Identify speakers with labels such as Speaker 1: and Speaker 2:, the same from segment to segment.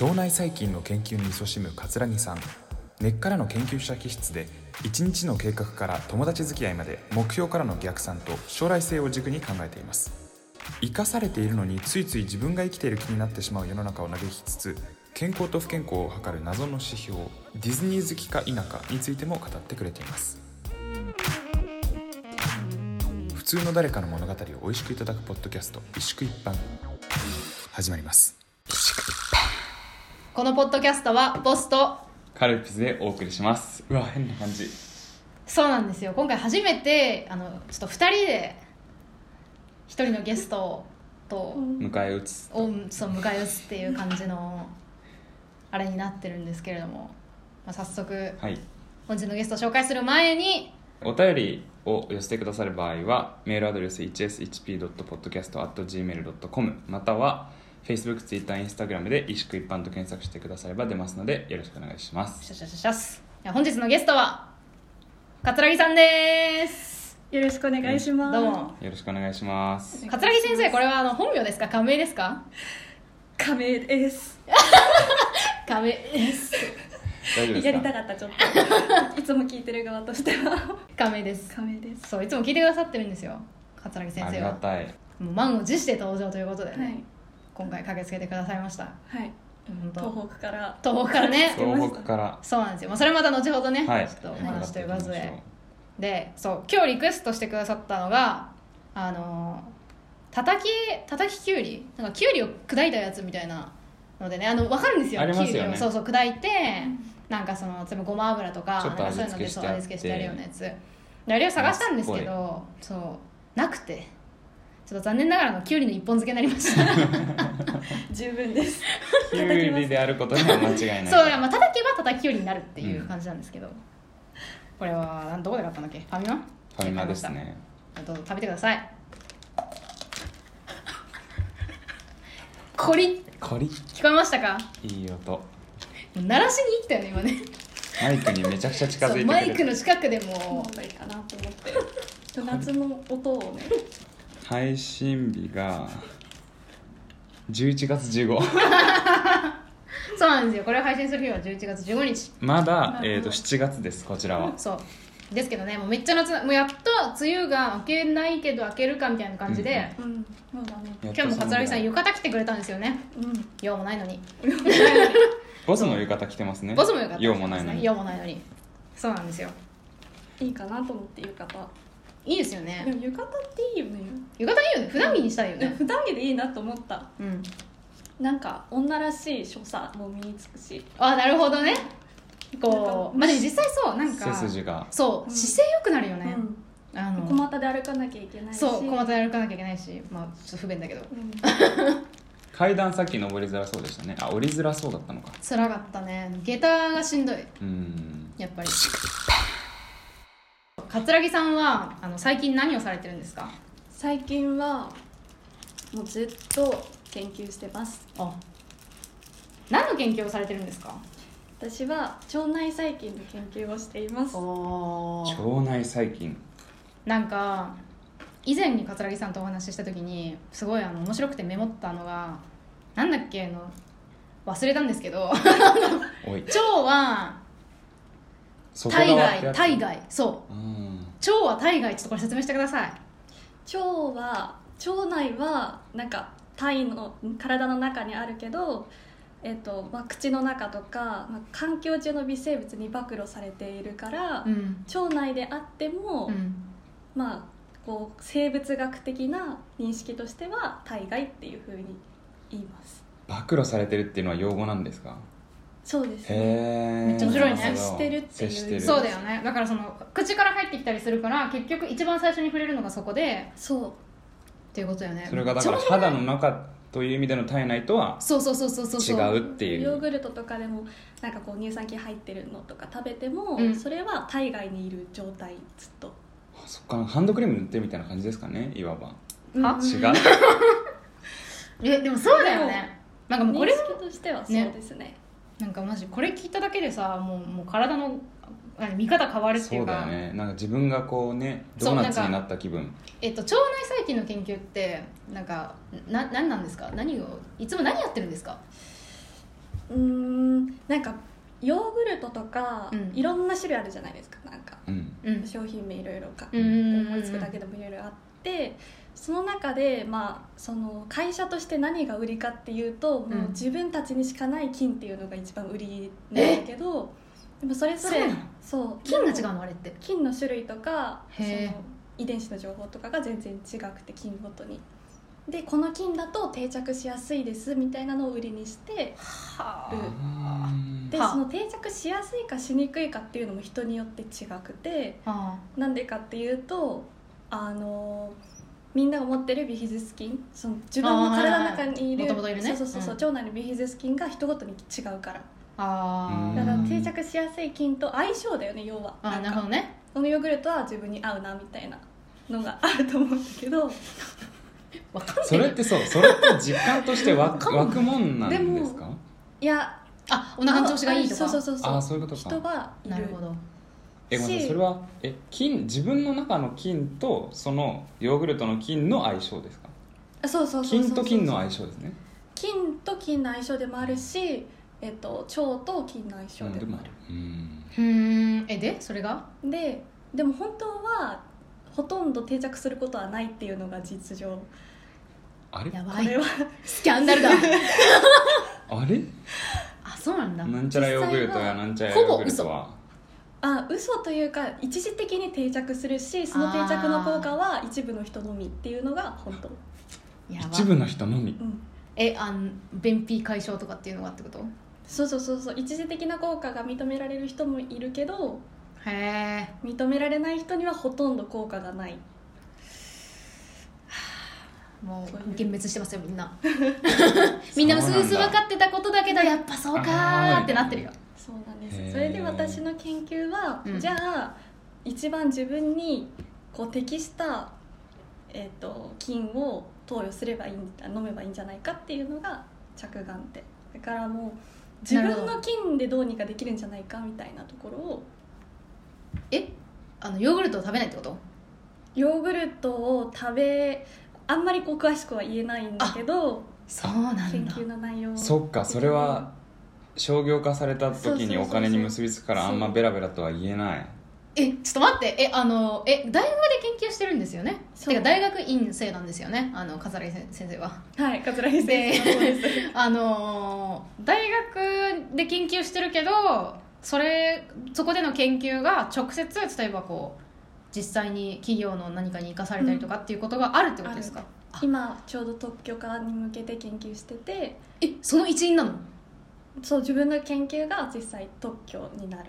Speaker 1: 腸内細菌の研究に勤しむ桂木さん根っからの研究者気質で一日の計画から友達付き合いまで目標からの逆算と将来性を軸に考えています生かされているのについつい自分が生きている気になってしまう世の中を嘆きつつ健康と不健康を測る謎の指標ディズニー好きか否かについても語ってくれています普通の誰かの物語を美味しくいただくポッドキャスト「一宿一般」始まります
Speaker 2: このポッドキャストはボスと
Speaker 1: カルピスでお送りしますうわ変な感じ
Speaker 2: そうなんですよ今回初めてあのちょっと2人で1人のゲストと、
Speaker 1: 迎え撃つ
Speaker 2: をそう迎え撃つっていう感じのあれになってるんですけれども、まあ、早速
Speaker 1: はい
Speaker 2: 本日のゲストを紹介する前に
Speaker 1: お便りを寄せてくださる場合はメールアドレス 1s1p.podcast.gmail.com または Facebook、Twitter、Instagram で「一宿一般」と検索してくだされば出ますのでよろしくお願いします
Speaker 2: シャシャシャシャスいや本日のゲストは桂木さんです
Speaker 3: よろしくお願いし
Speaker 2: ど
Speaker 3: ます。
Speaker 2: うも
Speaker 1: よろしくお願いします
Speaker 2: 桂木先生これはあの本名ですか仮名ですか
Speaker 3: 亀です。
Speaker 2: 仮名です
Speaker 1: 大丈夫で
Speaker 3: やり
Speaker 1: す
Speaker 3: た
Speaker 1: か
Speaker 3: かったちょっと。いつも聞いてる側としては
Speaker 2: 仮名です
Speaker 3: 亀です。
Speaker 2: そういつも聞いてくださってるんですよ桂木先
Speaker 1: あり
Speaker 2: 生
Speaker 1: が
Speaker 2: は
Speaker 1: たい
Speaker 2: もう満を持して登場ということで、
Speaker 3: は
Speaker 2: ね
Speaker 3: い
Speaker 2: 今回駆けつけてくださいました
Speaker 3: はい。
Speaker 2: 本当
Speaker 3: 東北から。
Speaker 2: 東北からね
Speaker 3: そう
Speaker 1: 東北から
Speaker 2: そうなんですよ、まあ、それはまた後ほどね、
Speaker 1: はい
Speaker 2: ちょっとお話というこ
Speaker 1: 伺
Speaker 2: とで、
Speaker 1: っていきましょ
Speaker 2: でそう今日リクエストしてくださったのがあのたたきたたききゅうりなんかきゅうりを砕いたやつみたいなのでねあの分かるんですよ
Speaker 1: ありますよね
Speaker 2: きゅうりをそうそう砕いて、なんかその例えばごま油とか
Speaker 1: ちょっと
Speaker 2: なんかそういうの
Speaker 1: 味付け
Speaker 2: で
Speaker 1: してあ
Speaker 2: そう
Speaker 1: って
Speaker 2: 味付けしてあるようなやつであれを探したんですけどそうなくてちょっと残念ながらのきゅうりの一本漬けになりました
Speaker 3: 十分です。
Speaker 1: きゅうりであることには間違いない
Speaker 2: そうまあ叩けば叩きよりになるっていう感じなんですけど、これはなんどこで買ったんだっけファミマ
Speaker 1: ファミマですね
Speaker 2: どうぞ食べてくださいコリ
Speaker 1: コリ
Speaker 2: 聞こえましたか
Speaker 1: いい音
Speaker 2: もう鳴らしに行ったよね今ね
Speaker 1: マイクにめちゃくちゃ近づい
Speaker 2: そ
Speaker 1: て
Speaker 2: う
Speaker 1: く
Speaker 2: マ
Speaker 1: れる
Speaker 2: イクの近くでも
Speaker 3: もういいかなと思って。夏の音をね。
Speaker 1: 配信日が11月15
Speaker 2: そうなんですよこれを配信する日は11月15日
Speaker 1: まだ
Speaker 3: なるほ、ど
Speaker 1: えー、と7月ですこちらは
Speaker 2: そうですけどねもうめっちゃ夏もうやっと梅雨が明けないけど明けるかみたいな感じで、
Speaker 3: うん。そうだね。
Speaker 2: 今日も桂木さん
Speaker 1: やっ
Speaker 2: 浴衣着てくれたんですよね
Speaker 3: うん。
Speaker 2: 用もな いのに
Speaker 1: とボスも浴衣着てますね
Speaker 2: ボスもよかった
Speaker 1: 用もないのに
Speaker 2: 用もないのにそうなんですよ
Speaker 3: いいかなと思って浴衣。
Speaker 2: いいですよ
Speaker 3: で
Speaker 2: ね
Speaker 3: も浴衣っていいよね。
Speaker 2: 浴衣いいよね普段着にしたいよ
Speaker 3: で
Speaker 2: ね
Speaker 3: 普段着でいいなと思った。
Speaker 2: うん
Speaker 3: なんか女らしい所作も身につくし。
Speaker 2: あなるほどねこうまあでも実際そうなん
Speaker 1: 背
Speaker 2: か
Speaker 1: 筋が
Speaker 2: そううん姿勢良くなるよ
Speaker 3: う
Speaker 2: ね、
Speaker 3: ん。
Speaker 2: あ
Speaker 3: 小
Speaker 2: の
Speaker 3: 股で歩かなきゃいけないし。
Speaker 2: そう小股で歩かなきゃいけないしまあちょっと不便だけど
Speaker 3: うん。
Speaker 1: 階段さっき登りづらそうでしたねあ降りづらそうだったのか
Speaker 2: 辛かったね下駄がしんどいう
Speaker 1: ーん
Speaker 2: やっぱり桂木さんはあの最近何をされてるんですか
Speaker 3: 最近は。もうずっと研究してます。
Speaker 2: あ何の研究をされてるんですか
Speaker 3: 私は腸内細菌の研究をしています
Speaker 2: お
Speaker 1: 腸内細菌
Speaker 2: なんか以前に桂木さんとお話しした時にすごいあの面白くてメモったのがなんだっけあの忘れたんです けど腸
Speaker 1: おい
Speaker 2: は
Speaker 1: 外
Speaker 2: 体
Speaker 1: 側って
Speaker 2: 外
Speaker 1: やつ
Speaker 2: 体外そう
Speaker 1: うーん
Speaker 2: 腸は体外ちょっとこれ説明してください
Speaker 3: 腸は腸内はなんか体の体の中にあるけど、えっとまあ、口の中とか、まあ、環境中の微生物に暴露されているから、
Speaker 2: うん、
Speaker 3: 腸内であっても、
Speaker 2: うん、
Speaker 3: まあこう生物学的な認識としては体外っていうふうに言います
Speaker 1: 暴露されてるっていうのは用語なんですか
Speaker 3: そうです
Speaker 1: へ
Speaker 3: ね
Speaker 1: え
Speaker 2: めっちゃ面白いね
Speaker 1: 接
Speaker 3: してるっていう
Speaker 1: 接してる
Speaker 2: そうだよねだからその口から入ってきたりするから結局一番最初に触れるのがそこで
Speaker 3: そう
Speaker 2: っていうことだよね
Speaker 1: それがだから
Speaker 2: 腸内
Speaker 1: 肌の中という意味での体内とは
Speaker 2: そうそうそうそうそう
Speaker 1: 違
Speaker 2: そう
Speaker 1: っていう
Speaker 3: ヨーグルトとかでもなんかこう乳酸菌入ってるのとか食べても、
Speaker 2: うん
Speaker 3: それは体外にいる状態ずっと、
Speaker 1: あそっかハンドクリーム塗ってるみたいな感じですかねいわば
Speaker 2: は
Speaker 1: 違う
Speaker 2: えでもそうだよねなんかもうこ
Speaker 3: 認
Speaker 2: れ
Speaker 3: 識としてはそうですね
Speaker 2: なんかマジこれ聞いただけでさもうもう体のあ見方変わるってい
Speaker 1: そううだ
Speaker 2: か
Speaker 1: よねなんか自分がこうねド
Speaker 2: そ
Speaker 1: ー
Speaker 2: う
Speaker 1: ナツ
Speaker 2: なんか
Speaker 1: になった気分
Speaker 2: えっと、腸内細菌の研究ってなんかな何なんですか何をいつも何やってるんですか
Speaker 3: うーんなんかヨーグルトとか、
Speaker 2: うん
Speaker 3: いろんな種類あるじゃないですかなんか
Speaker 4: うん
Speaker 2: うん
Speaker 3: 商品名いろいろか、
Speaker 2: うんうんうん
Speaker 3: 思いつくだけでもいろいろあってその中で、まあ、その会社として何が売りかっていうと、も
Speaker 2: うん
Speaker 3: う自分たちにしかない金っていうのが一番売りなんだけどでもそれぞれ
Speaker 2: そうなの
Speaker 3: そう
Speaker 2: 金が違うのあれって
Speaker 3: 金の種類とかその
Speaker 2: へー
Speaker 3: 遺伝子の情報とかが全然違くて金ごとにでこの金だと定着しやすいですみたいなのを売りにして
Speaker 2: は
Speaker 3: う
Speaker 4: うん
Speaker 3: で
Speaker 2: はあ
Speaker 3: その定着しやすいかしにくいかっていうのも人によって違くて
Speaker 2: あ
Speaker 3: なんでかっていうとあのみんなが持ってるビフィズス菌その自分の体の中にい
Speaker 2: あ
Speaker 3: る
Speaker 2: ーはいはい元々いるね
Speaker 3: そうそうそうそう
Speaker 2: うん
Speaker 3: 腸内のビフィズス菌が人ごとに違うから
Speaker 2: あ
Speaker 4: うん
Speaker 3: だから
Speaker 2: ー
Speaker 3: 定着しやすい菌と相性だよね要は
Speaker 2: あーなる
Speaker 3: なん
Speaker 2: ほ
Speaker 3: か
Speaker 2: どね
Speaker 3: このヨーグルトは自分に合うなみたいなのがあると思うんだけど
Speaker 2: わかんない
Speaker 4: それってそうそれって実感として湧く湧くもんなん
Speaker 3: でも
Speaker 4: ですか
Speaker 3: いや
Speaker 2: あお腹の調子がいいとか
Speaker 3: そうそうそうそう
Speaker 4: ああそういうこと
Speaker 3: 人
Speaker 4: か
Speaker 3: はいる
Speaker 2: なるほど
Speaker 4: えごめんなさい
Speaker 3: し
Speaker 4: それはえ菌自分の中の菌とそのヨーグルトの菌の相性ですか
Speaker 3: あそうそうそうそう
Speaker 4: 菌と菌の相性ですね
Speaker 3: 菌と菌の相性でもあるし、えっと、腸と菌の相性でもある、
Speaker 4: うん
Speaker 2: ふーんえでそれが
Speaker 3: ででも本当はほとんど定着することはないっていうのが実情
Speaker 4: あれ
Speaker 2: や
Speaker 3: こ
Speaker 2: ば
Speaker 3: れ
Speaker 2: い
Speaker 3: は、
Speaker 2: スキャンダルだ
Speaker 4: あれ
Speaker 2: あそうなんだ
Speaker 4: なんちゃらヨーグルトや
Speaker 3: 実際
Speaker 4: な
Speaker 3: は
Speaker 4: んちゃらヨーグルトは
Speaker 3: あ嘘というか一時的に定着するしその定着の効果は一部の人のみっていうのが本当
Speaker 2: やば
Speaker 4: 一部の人のみ
Speaker 3: うん
Speaker 2: えあん便秘解消とかっていうのがってこと
Speaker 3: そうそうそうそう一時的な効果が認められる人もいるけど
Speaker 2: へえ
Speaker 3: 認められない人にはほとんど効果がない
Speaker 2: も
Speaker 3: そういうう
Speaker 2: 幻滅してますよみん なみんなうすうす分かってたことだけどやっぱそうかーってなってるよ
Speaker 3: そうなん
Speaker 4: へ
Speaker 3: で
Speaker 4: ー
Speaker 3: すそれで私の研究は、
Speaker 2: うん
Speaker 3: じゃあ一番自分にこう適した、えー、と菌を投与すればいいんだ飲めばいいんじゃないかっていうのが着眼点だからもう自
Speaker 2: なるほ
Speaker 3: 分
Speaker 2: ど
Speaker 3: の菌でどうにかできるんじゃないかみたいなところを
Speaker 2: えあのヨーグルトを食べないってこと
Speaker 3: ヨーグルトを食べあんまりこう詳しくは言えないんだけど
Speaker 2: そうなん
Speaker 3: 研
Speaker 2: だ
Speaker 3: 究の内容を
Speaker 4: そっかそれは商業化された
Speaker 3: そうそ
Speaker 4: 時
Speaker 3: うそう
Speaker 4: に
Speaker 3: そう
Speaker 4: お金に結びつくからあんま
Speaker 3: そう
Speaker 4: ベラベラとは言えない
Speaker 2: えちょっと待ってえあのえ大学で研究してるんですよね
Speaker 3: そう
Speaker 2: てか大学院生なんですよねあの笠原先生は
Speaker 3: はい桂木先生の方です
Speaker 2: あのー大学で研究してるけどそれそこでの研究が直接例えばこう実際に企業の何かに生かされたりとかっていうことがあるってことですか、
Speaker 3: 今ちょうど特許化に向けて研究してて
Speaker 2: えその一員なの
Speaker 3: そう自分の研究が実際特許になる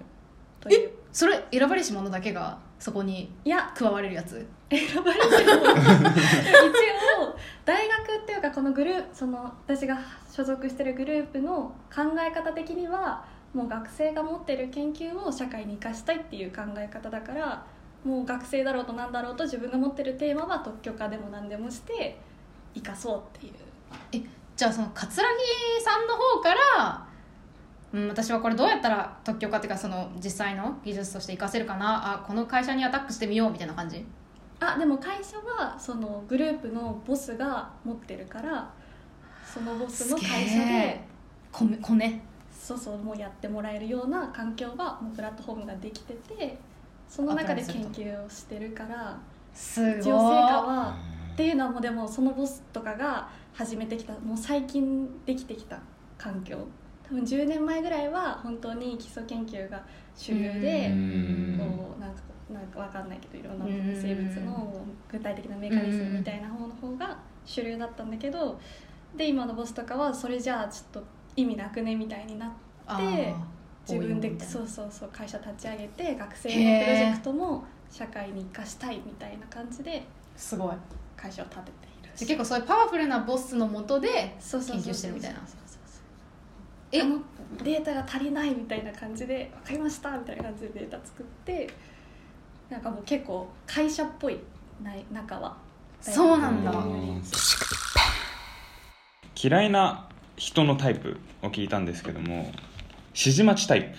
Speaker 3: という
Speaker 2: それ選ばれし者だけがそこに
Speaker 3: いや
Speaker 2: 加われるやつ
Speaker 3: 選ばれてる 一応大学っていうかこのグループその私が所属してるグループの考え方的にはもう学生が持ってる研究を社会に生かしたいっていう考え方だからもう学生だろうとなんだろうと自分が持ってるテーマは特許化でも何でもして生かそうっていう
Speaker 2: じゃあその桂木さんの方から、うん、私はこれどうやったら特許化っていうかその実際の技術として活かせるかなあこの会社にアタックしてみようみたいな感じ
Speaker 3: あでも会社はそのグループのボスが持ってるからそのボスの会社
Speaker 2: すげ
Speaker 3: で
Speaker 2: えこねこね
Speaker 3: そうそうもうやってもらえるような環境はもうプラットフォームができててその中で研究をしてるから
Speaker 2: すごい
Speaker 3: 一応成果はっていうのはもうでもそのボスとかが始めてきたもう最近できてきた環境多分10年前ぐらいは本当に基礎研究が主流で。
Speaker 4: うん
Speaker 3: こうなんかなんかわかんないけどいろんな
Speaker 2: うん
Speaker 3: 生物の具体的なメカニズムみたいな方の方が主流だったんだけどで今のボスとかはそれじゃあちょっと意味なくねみたいになって
Speaker 2: あー
Speaker 3: 自分
Speaker 2: 応用み
Speaker 3: で
Speaker 2: たいな
Speaker 3: そうそうそう会社立ち上げて学生
Speaker 2: へ
Speaker 3: の
Speaker 2: ー
Speaker 3: プロジェクトも社会に生かしたいみたいな感じです
Speaker 2: ごい
Speaker 3: 会社を立てている
Speaker 2: じゃあ結構そういうパワフルなボスのもとで
Speaker 3: そうそうそう
Speaker 2: 研究してるみたいな
Speaker 3: そうそうそう
Speaker 2: え
Speaker 3: あのデータが足りないみたいな感じで分かりましたみたいな感じでデータ作ってなんかもう結構会社っぽいない中は
Speaker 2: そうなんだ
Speaker 4: あ
Speaker 3: うん
Speaker 4: ー嫌いな人のタイプを聞いたんですけども指示待ちタイプ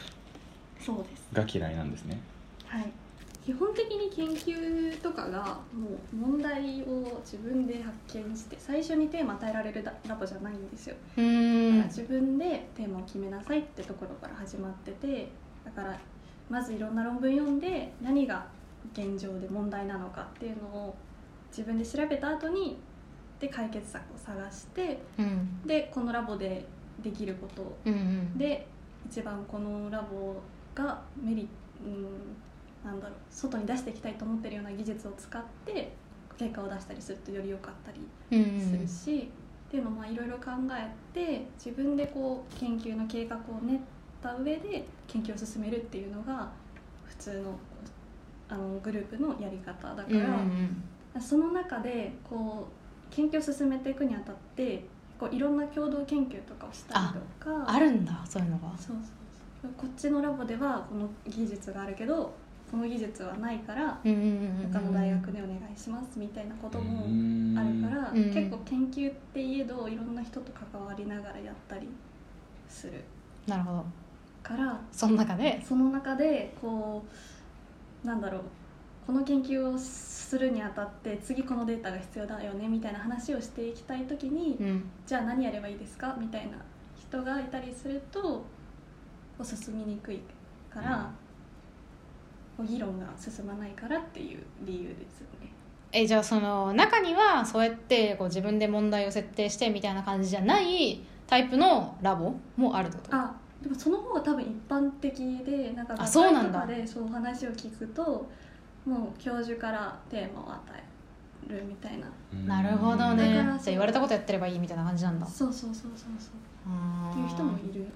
Speaker 3: そうです
Speaker 4: が嫌いなんですね
Speaker 3: はい基本的に研究とかがもう問題を自分で発見して最初にテーマ与えられるララボじゃないんですよ、
Speaker 2: う
Speaker 3: だから
Speaker 2: ん
Speaker 3: 自分でテーマを決めなさいってところから始まっててだからまずいろんな論文読んで何が現状で問題なのかっていうのを自分で調べた後にで解決策を探して
Speaker 2: うん
Speaker 3: でこのラボでできることを
Speaker 2: うんうん
Speaker 3: で一番このラボがメリうんなんだろう外に出していきたいと思ってるような技術を使って結果を出したりするとより良かったり
Speaker 2: うんうん
Speaker 3: するし、っていうのをまあいろいろ考えて自分でこう研究の計画を練った上で研究を進めるっていうのが普通のあのグループのやり方だか
Speaker 2: うんうんう
Speaker 3: ら。
Speaker 2: ん
Speaker 3: その中でこう研究を進めていくにあたってこういろんな共同研究とかをしたりとか
Speaker 2: あるんだそういうのが
Speaker 3: そうそうそうこっちのラボではこの技術があるけどこの技術はないから
Speaker 2: うんうんうんうん
Speaker 3: 他の大学でお願いしますみたいなこともあるから、
Speaker 2: うん
Speaker 3: 結構研究っていえどいろんな人と関わりながらやったりする
Speaker 2: なるほど
Speaker 3: から
Speaker 2: その中で
Speaker 3: その中でこうなんだろうこの研究をするにあたって次このデータが必要だよねみたいな話をしていきたい時に、
Speaker 2: うん
Speaker 3: じゃあ何やればいいですかみたいな人がいたりするとこう進みにくいから、こう議論が進まないからっていう理由ですよね。
Speaker 2: えじゃあその中にはそうやってこう自分で問題を設定してみたいな感じじゃないタイプのラボもあるってこと
Speaker 3: あでもその方が多分一般的でなんか
Speaker 2: あ
Speaker 3: 学
Speaker 2: そう
Speaker 3: 会
Speaker 2: なん
Speaker 3: と
Speaker 2: だ
Speaker 3: かでそう話を聞くともう教授からテーマを与えるみたいな
Speaker 2: なるほどね
Speaker 3: だ
Speaker 2: じ
Speaker 3: か
Speaker 2: ゃ
Speaker 3: ら
Speaker 2: あ言われたことやってればいいみたいな感じなんだ
Speaker 3: そうそうそうそうそう
Speaker 2: あ
Speaker 3: って
Speaker 2: ー
Speaker 3: いう人もいる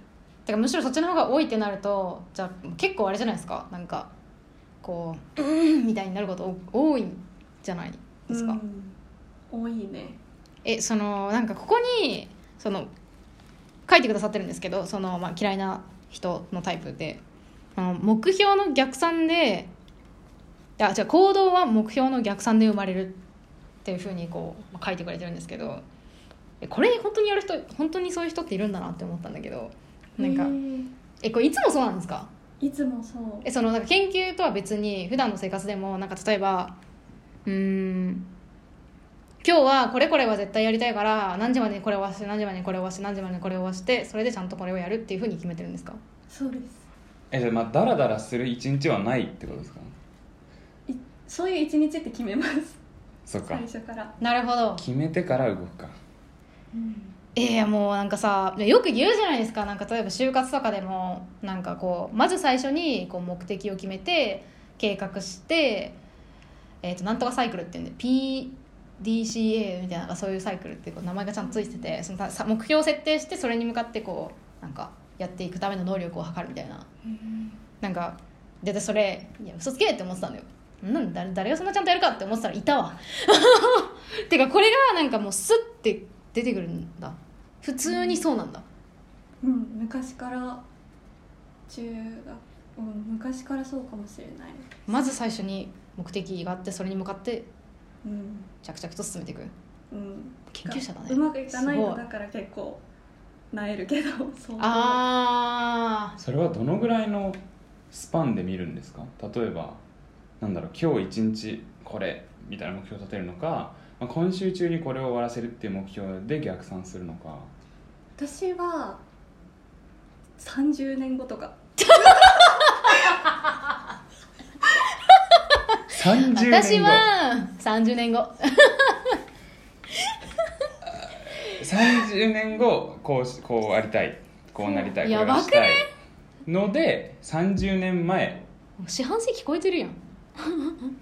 Speaker 2: てかむしろそっちの方が多いってなるとじゃあ結構あれじゃないですかなんかこう「うーん」みたいになること多いんじゃないですか、
Speaker 3: うん多いね
Speaker 2: えそのなんかここにその書いてくださってるんですけどその、まあ、嫌いな人のタイプであの目標の逆算であじゃ行動は目標の逆算で生まれるっていうふうにこうまあ書いてくれてるんですけどえこれ本当にやる人本当にそういう人っているんだなって思ったんだけどなんか
Speaker 3: へー
Speaker 2: えこれいつもそうなんですか
Speaker 3: いつもそう
Speaker 2: えそのなんか研究とは別に普段の生活でもなんか例えばうーん今日はこれこれは絶対やりたいから何時までにこれをして何時までにこれをして何時までにこれをしてそれでちゃんとこれをやるっていうふうに決めてるんですか
Speaker 3: そうです
Speaker 1: えじゃあまあダラダラする一日はないってことですか
Speaker 3: いそういう一日って決めます
Speaker 1: そっか
Speaker 3: 最初から、
Speaker 2: なるほど
Speaker 1: 決めてから動くか
Speaker 2: えやもうなんかさよく言うじゃないですかなんか例えば就活とかでもなんかこうまず最初にこう目的を決めて計画して、えー、となんとかサイクルっていうんで PDCA みたいななんかそういうサイクルってこう名前がちゃんとついててそのさ目標を設定してそれに向かってこうなんかやっていくための能力を測るみたいななんかで私それいや嘘つけって思ってたんだよなん誰誰がそんなちゃんとやるかって思ってたらいたわ てかこれがなんかもうスッて出てくるんだ普通にそうなんだ
Speaker 3: うん、昔から中学うん昔からそうかもしれない
Speaker 2: まず最初に目的があってそれに向かって
Speaker 3: うん
Speaker 2: 着々と進めていく
Speaker 3: うん
Speaker 2: 研究者だね
Speaker 3: うまくいかない
Speaker 2: すご
Speaker 3: と
Speaker 2: い
Speaker 3: だから結構なえるけどそう
Speaker 2: あ
Speaker 1: それはどのぐらいのスパンで見るんですか例えばなんだろう今日一日これみたいな目標を立てるのか、まあ、今週中にこれを終わらせるっていう目標で逆算するのか
Speaker 3: 私は30年後とか
Speaker 1: 30
Speaker 2: ー
Speaker 1: 年後
Speaker 2: 私は30年後
Speaker 1: 30年後こうしこうありたいこうなりたい
Speaker 2: や
Speaker 1: これ
Speaker 2: ば
Speaker 1: が
Speaker 2: く
Speaker 1: したいので30年前、
Speaker 2: 四半世紀超えてるやん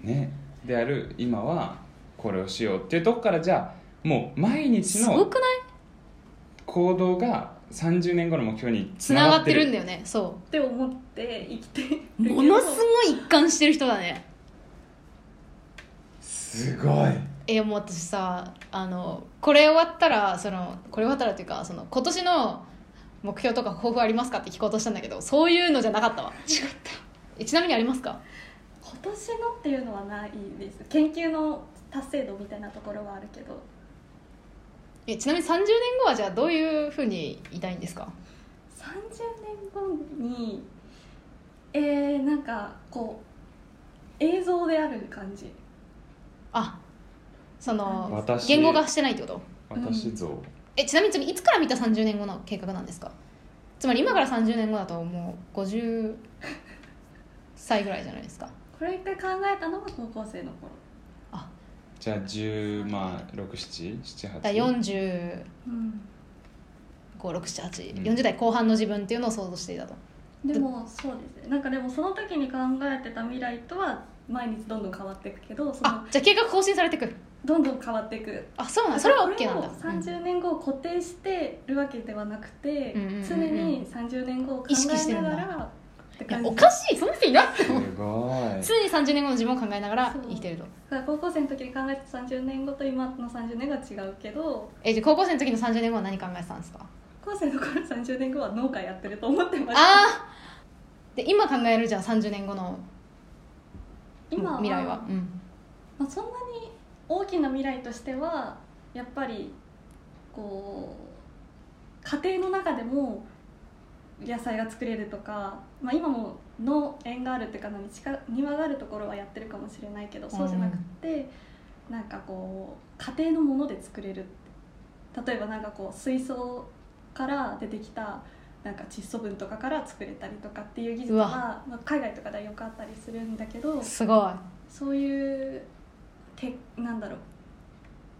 Speaker 1: ね、である今はこれをしようっていうとこからじゃあもう毎日
Speaker 2: すご
Speaker 1: の
Speaker 2: くない
Speaker 1: 行動が30年後の目標につ
Speaker 2: つ
Speaker 1: な
Speaker 2: な
Speaker 1: が
Speaker 2: が
Speaker 1: っ
Speaker 2: ってて
Speaker 1: る
Speaker 2: るんだよねそ
Speaker 3: って思って生きてる
Speaker 2: う
Speaker 3: けど
Speaker 2: ものすごい一貫してる人だね
Speaker 1: すごい
Speaker 2: えもう私さあのこれ終わったらそのこれ終わったらっていうかその今年の目標とか抱負ありますかって聞こうとしたんだけどそういうのじゃなかったわ違ったえちなみにありますか
Speaker 3: 今年のっていうのはないです研究の達成度みたいなところはあるけど
Speaker 2: えちなみに30年後はじゃあどういうふうにいたいんですか
Speaker 3: 30年後にえー、なんかこう映像である感じ
Speaker 2: あその
Speaker 1: 私
Speaker 2: 言語化してないってこと
Speaker 1: 私像、
Speaker 2: えちなみに次いつから見た30年後の計画なんですかつまり今から30年後だともう50歳ぐらいじゃないですか
Speaker 3: これ一回考えたのが高校生の頃、
Speaker 1: じゃあ10まあ6778
Speaker 2: だ45678
Speaker 3: うん、
Speaker 1: うん
Speaker 2: 40代後半の自分っていうのを想像していたと
Speaker 3: でもそうですねなんかでもその時に考えてた未来とは毎日どんどん変わっていくけどその
Speaker 2: あじゃあ計画更新されてくる
Speaker 3: どんどん変わっていく
Speaker 2: あそうなんそれは OK
Speaker 3: だ
Speaker 2: な
Speaker 3: から
Speaker 2: ん
Speaker 3: こ
Speaker 2: だ
Speaker 3: れを30年後を固定してるわけではなくて、
Speaker 2: うんうんうんうん
Speaker 3: 常に30年後を考えながらっ
Speaker 2: うん
Speaker 3: て
Speaker 2: い
Speaker 3: 感
Speaker 2: や
Speaker 3: じ
Speaker 2: おかしいその人いない
Speaker 1: すごい
Speaker 2: 常に30年後の自分を考えながら生きてると
Speaker 3: だから高校生の時に考えてた30年後と今の30年後は違うけど
Speaker 2: えじゃあ高校生の時の30年後は何考えてたんですか
Speaker 3: 高校生の頃30年後は農家やってると思ってました
Speaker 2: あーで今考えるじゃあ30年後の
Speaker 3: 今
Speaker 2: 未来は、うん
Speaker 3: まあ、そんなに大きな未来としてはやっぱりこう家庭の中でも野菜が作れるとか、まあ、今も農園があるっていうか何近庭があるところはやってるかもしれないけどそうじゃなくて、なんかこう家庭のもので作れる例えばなんかこう水槽から出てきたなんか窒素分とかから作れたりとかっていう技術
Speaker 2: う
Speaker 3: は
Speaker 2: わ
Speaker 3: まあ、海外とかではよくあったりするんだけど
Speaker 2: すごい
Speaker 3: そういうてなんだろ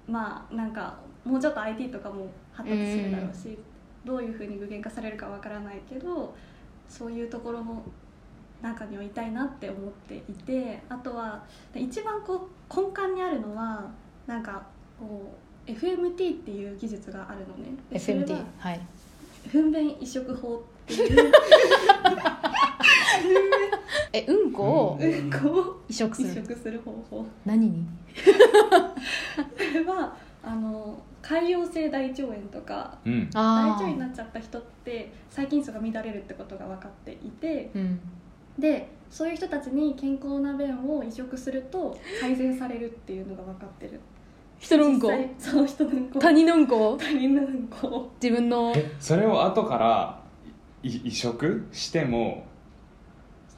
Speaker 3: うまあなんかもうちょっと IT とかも発達するだろうし、どういうふうに具現化されるかわからないけどそういうところの中にはいたいなって思っていてあとはで一番こう根幹にあるのはなんかこう FMT っていう技術があるのね。でそれは
Speaker 2: FMT はい
Speaker 3: 糞便移植法っていう
Speaker 2: えうんこを
Speaker 3: うんこを
Speaker 2: 移植す
Speaker 3: 移
Speaker 2: る、
Speaker 3: 植する方法
Speaker 2: 何に
Speaker 3: これはあの潰瘍性大腸炎とか
Speaker 1: うん
Speaker 3: 大
Speaker 2: あ
Speaker 3: 腸
Speaker 2: あ
Speaker 3: 炎になっちゃった人って細菌数が乱れるってことが分かっていて
Speaker 2: うん
Speaker 3: でそういう人たちに健康な便を移植すると改善されるっていうのが分かってる
Speaker 2: 人のうん
Speaker 3: 実
Speaker 2: こ
Speaker 3: 際そう人のうんこ
Speaker 2: 他人のうんこを
Speaker 3: 他人のうんこを
Speaker 2: 自分の
Speaker 1: えそれを後からい移植しても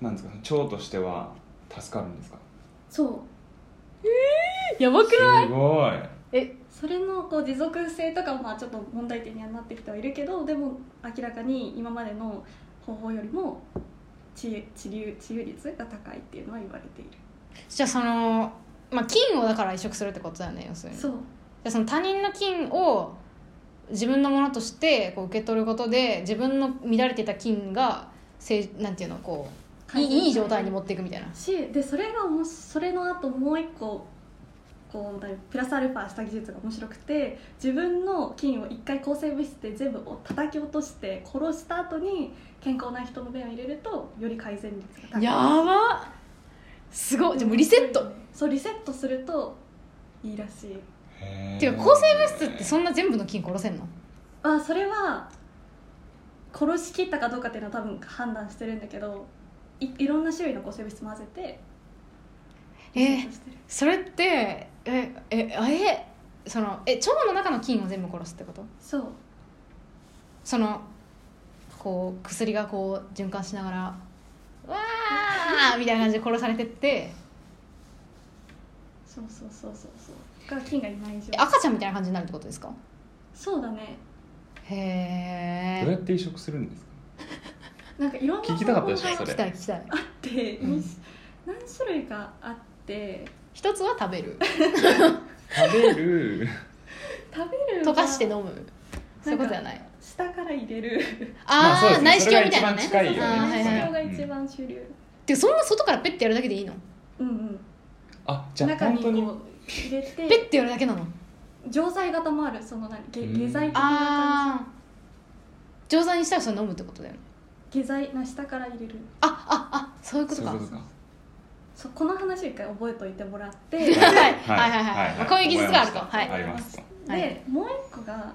Speaker 1: なんですか腸としては助かるんですか
Speaker 3: そう
Speaker 2: やばく
Speaker 1: す
Speaker 2: ない
Speaker 1: ごい
Speaker 2: え
Speaker 3: それのこう持続性とかもまあちょっと問題点にはなってきてはいるけどでも明らかに今までの方法よりも治治流治癒率が高いっていうのは言われている
Speaker 2: じゃあそのまあ菌をだから移植するってことだよね要するにじゃ
Speaker 3: そう
Speaker 2: あその他人の菌を自分のものとしてこう受け取ることで自分の乱れてた菌がせいなんていうのこうい
Speaker 3: 改善される
Speaker 2: いいい状態に持っていくみたいな
Speaker 3: しでそれがおもしそれの後もう一個こうだいプラスアルファした技術が面白くて自分の菌を一回抗生物質で全部お叩き落として殺した後に健康な人の便を入れるとより改善率が高い
Speaker 2: やばすごいじゃあもうリセット
Speaker 3: そうリセットするといいらしい
Speaker 1: へー
Speaker 2: ていうか抗生物質ってそんな全部の菌殺せんの
Speaker 3: あそれは殺しきったかどうかっていうのは多分判断してるんだけどいいろんな種類の抗生物質混ぜて
Speaker 2: え
Speaker 3: リセットしてる
Speaker 2: それってえええそのえ腸の中の菌を全部殺すってこと
Speaker 3: そう
Speaker 2: そのこう薬がこう循環しながら「わー!」みたいな感じで殺されてって
Speaker 3: そうそうそうそうそうが菌がいない状
Speaker 2: え
Speaker 3: 態
Speaker 2: 赤ちゃんみたいな感じになるってことですか
Speaker 3: そうだね
Speaker 2: へ
Speaker 1: どうやっ
Speaker 2: え
Speaker 1: て移植するんですか
Speaker 3: なんかいろんな
Speaker 1: 聞きたかったでしょ
Speaker 3: 方法
Speaker 1: そ
Speaker 2: 聞
Speaker 1: れ
Speaker 2: きたい聞きたい
Speaker 3: があって、
Speaker 2: うん
Speaker 3: に何種類かあって
Speaker 2: 一つは食 べる
Speaker 1: 食べる
Speaker 3: 食べるは
Speaker 2: 溶かして飲むそういうことじゃない
Speaker 3: 下から入れる
Speaker 1: まあそう
Speaker 2: あ
Speaker 1: で
Speaker 2: あ
Speaker 1: すね
Speaker 2: 内視鏡みたいなね
Speaker 1: それが一番近いよね
Speaker 2: あーはい
Speaker 3: 内視
Speaker 2: はい
Speaker 3: 鏡が一番主流、
Speaker 2: でそんな外からペッてやるだけでいいの
Speaker 3: うんうん
Speaker 1: あじゃあ
Speaker 3: 中
Speaker 1: 本
Speaker 3: にこ
Speaker 1: 当
Speaker 3: う
Speaker 1: に
Speaker 3: 入れ
Speaker 2: ペッ
Speaker 3: て
Speaker 2: てやるだけなの
Speaker 3: 錠剤型もあるその何下
Speaker 1: うん
Speaker 3: 下剤的な感
Speaker 2: ああ錠剤にしたらそれ飲むってことだよね
Speaker 3: じ下剤な下から入れる
Speaker 2: あああそういうこと
Speaker 1: そういう
Speaker 2: か
Speaker 1: ことか
Speaker 3: そうこの話を一回覚えといてもらっ
Speaker 2: はいはいはい
Speaker 3: て
Speaker 2: はいはいまあこういう技術があるとは
Speaker 1: はいい
Speaker 2: うん
Speaker 1: ありますと
Speaker 2: はい
Speaker 3: でもう一個が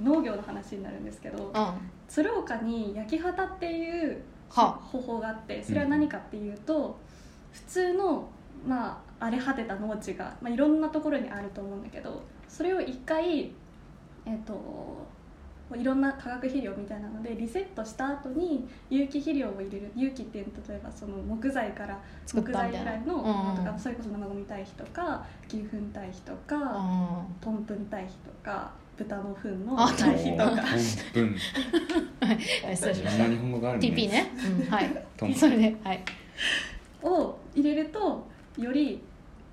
Speaker 3: 農業の話になるんですけど
Speaker 2: は
Speaker 3: 鶴岡に焼き畑っていう
Speaker 2: あ
Speaker 3: 方法があってそれは何かっていうと、普通の、まあ、荒れ果てた農地が、まあ、いろんなところにあると思うんだけどそれを一回、えっともういろんな化学肥料みたいなのでリセットした後に有機肥料を入れる有機っていうのは例えばその木材から
Speaker 2: 作っ
Speaker 3: 木
Speaker 2: た
Speaker 3: 材
Speaker 2: みた
Speaker 3: 由
Speaker 2: いな
Speaker 3: 来の
Speaker 2: うんうん
Speaker 3: ものとか、それこそ生ゴミ堆肥とか牛糞堆肥とか
Speaker 2: あ
Speaker 3: トンプン堆肥とか豚の糞の
Speaker 2: あ
Speaker 3: 堆肥とか
Speaker 1: トン
Speaker 2: ー失
Speaker 1: プン
Speaker 2: 礼しま
Speaker 1: そ
Speaker 2: し
Speaker 1: ん
Speaker 2: た
Speaker 1: な日本語がある
Speaker 2: TP ね、うん、はい
Speaker 1: トンプン
Speaker 2: それではい
Speaker 3: を入れるとより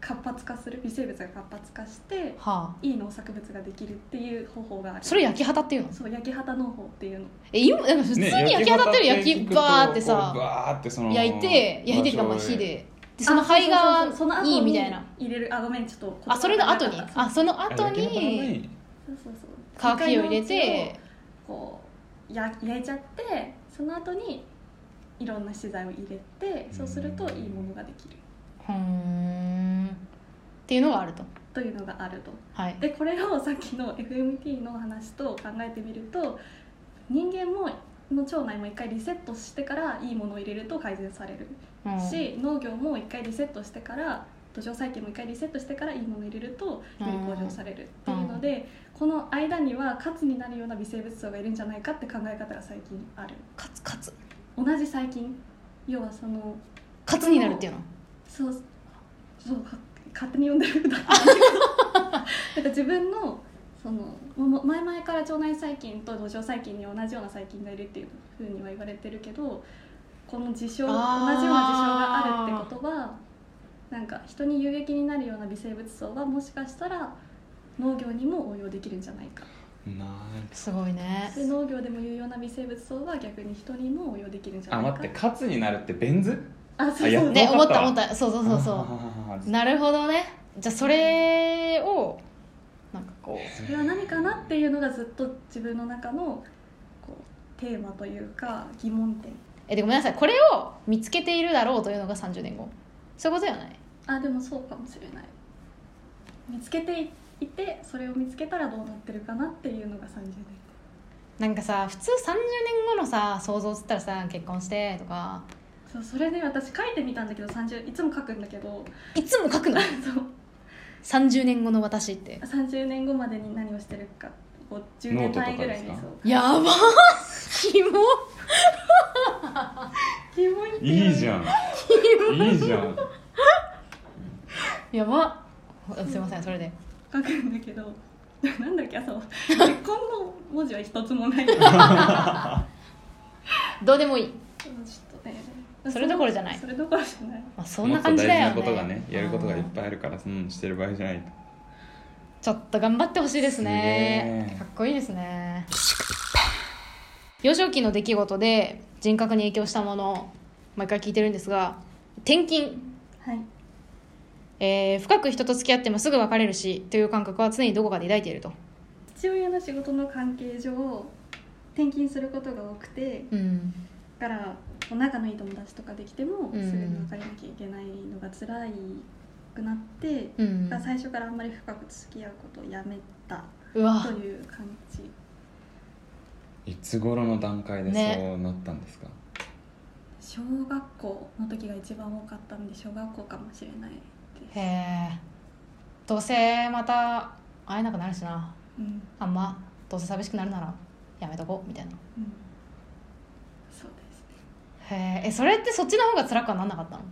Speaker 3: 活発化する微生物が活発化して
Speaker 2: はあ
Speaker 3: いい農作物ができるっていう方法がある
Speaker 2: それ焼き旗っていうの
Speaker 3: そう焼き畑農法っていうの
Speaker 2: え今でも普通に
Speaker 1: ね
Speaker 2: 焼き旗ってる焼き
Speaker 1: 聞くと
Speaker 2: バーって
Speaker 1: こう
Speaker 2: さ
Speaker 1: バーってその
Speaker 2: 焼いて焼いてるかまあ
Speaker 1: 場所
Speaker 2: 火
Speaker 1: へ
Speaker 2: ででその灰が
Speaker 3: あそうそうそうその後
Speaker 2: い
Speaker 3: に
Speaker 2: いみたいな
Speaker 3: 入れるあごめんちょっと
Speaker 2: あそれの後に
Speaker 3: 言葉が
Speaker 2: あその
Speaker 1: あ
Speaker 2: 後
Speaker 1: 焼き畑の中
Speaker 2: に
Speaker 3: そうそうそう
Speaker 2: 化学肥料入れて
Speaker 3: こうや焼いちゃってその後にいろんな資材を入れてそうするといいものができる
Speaker 2: ふーんっていうのがあると
Speaker 3: というのがあると
Speaker 2: はい
Speaker 3: でこれをさっきの FMT の話と考えてみると人間もの腸内も一回リセットしてからいいものを入れると改善される
Speaker 2: うん
Speaker 3: し農業も一回リセットしてから土壌再建も一回リセットしてからいいものを入れるとより向上されるっていうのでこの間にはカツになるような微生物層がいるんじゃないかって考え方が最近ある
Speaker 2: カツカツ
Speaker 3: 同じ細菌要はその
Speaker 2: カツになるっていうの
Speaker 3: そうそうか勝手に呼んで るだけなんか自分のそのもう前々から腸内細菌と土壌細菌に同じような細菌がいるっていうふうには言われてるけどこの事象同じよう
Speaker 2: あー
Speaker 3: な事象があるってことはなんか人に有益になるような微生物層はもしかしたら農業にも応用できるんじゃないか
Speaker 1: な
Speaker 2: すごいね
Speaker 3: で農業でも有用な微生物層は逆に人にも応用できるんじゃ
Speaker 1: あ
Speaker 3: ないか
Speaker 1: 待ってカツになるってベンズ
Speaker 3: あそ
Speaker 1: あ
Speaker 3: うそ
Speaker 1: や
Speaker 3: う
Speaker 2: ね思
Speaker 1: わ
Speaker 2: っ
Speaker 1: かった
Speaker 2: た思ったそうそうそうそ
Speaker 1: あ
Speaker 2: う
Speaker 1: ー
Speaker 2: なるほどねじゃあそれをなんかこう
Speaker 3: それは何かなっていうのがずっと自分の中のこうテーマというか疑問点
Speaker 2: えでごめんなさいこれを見つけているだろうというのが30年後そういうことじゃない
Speaker 3: あでもそうかもしれない見つけていてそれを見つけたらどうなってるかなっていうのが30年
Speaker 2: なんかさ普通30年後のさ想像っつったらさ結婚してとか
Speaker 3: そうそれで私書いてみたんだけど30いつも書くんだけど
Speaker 2: いつも書くの
Speaker 3: そう
Speaker 2: 30年後の私って
Speaker 3: 30年後までに何をしてるかこう10年単位ぐらいに
Speaker 1: ノート
Speaker 3: そ
Speaker 1: と
Speaker 3: う
Speaker 2: やばーキモ
Speaker 3: 疑問点
Speaker 1: いいじゃんいいじゃん
Speaker 2: やばすいませんそれで
Speaker 3: 書くんだけど なんだっけあそう結婚の文字は一つ もないそう
Speaker 2: どうでもいい、
Speaker 3: ちょっとね
Speaker 2: それどころじゃない
Speaker 3: それどころじゃない
Speaker 2: まあ、そんな感じだよね
Speaker 1: もっと大事なことがねやることがいっ
Speaker 2: い
Speaker 1: ぱいあるからそんなのしてる場合じゃないと
Speaker 2: ちょっと頑張ってほしいですね
Speaker 1: すげえ
Speaker 2: かっこいいですね幼少期の出来事で人格に影響したもの毎回聞いてるんですが転勤
Speaker 3: はい
Speaker 2: えー深く人と付き合ってもすぐ別れるしという感覚は常にどこかで抱いていると、
Speaker 3: 父親の仕事の関係上転勤することが多くて
Speaker 2: うん、
Speaker 3: だから仲のいい友達とかできても
Speaker 2: うん
Speaker 3: すぐに別れなきゃいけないのが辛いくなって、
Speaker 2: うん
Speaker 3: だから最初からあんまり深く付き合うことをやめた
Speaker 2: う
Speaker 3: と
Speaker 2: わ
Speaker 3: いう感じ
Speaker 1: いつ頃の段階で
Speaker 2: ね
Speaker 1: そうなったんですか、
Speaker 3: 小学校の時が一番多かったので小学校かもしれないです
Speaker 2: へ、えどうせまた会えなくなるしな
Speaker 3: うん
Speaker 2: あんまどうせ寂しくなるならやめとこうみたいな
Speaker 3: うん、そうですね
Speaker 2: へええそれってそっちの方が辛くはなんなかったの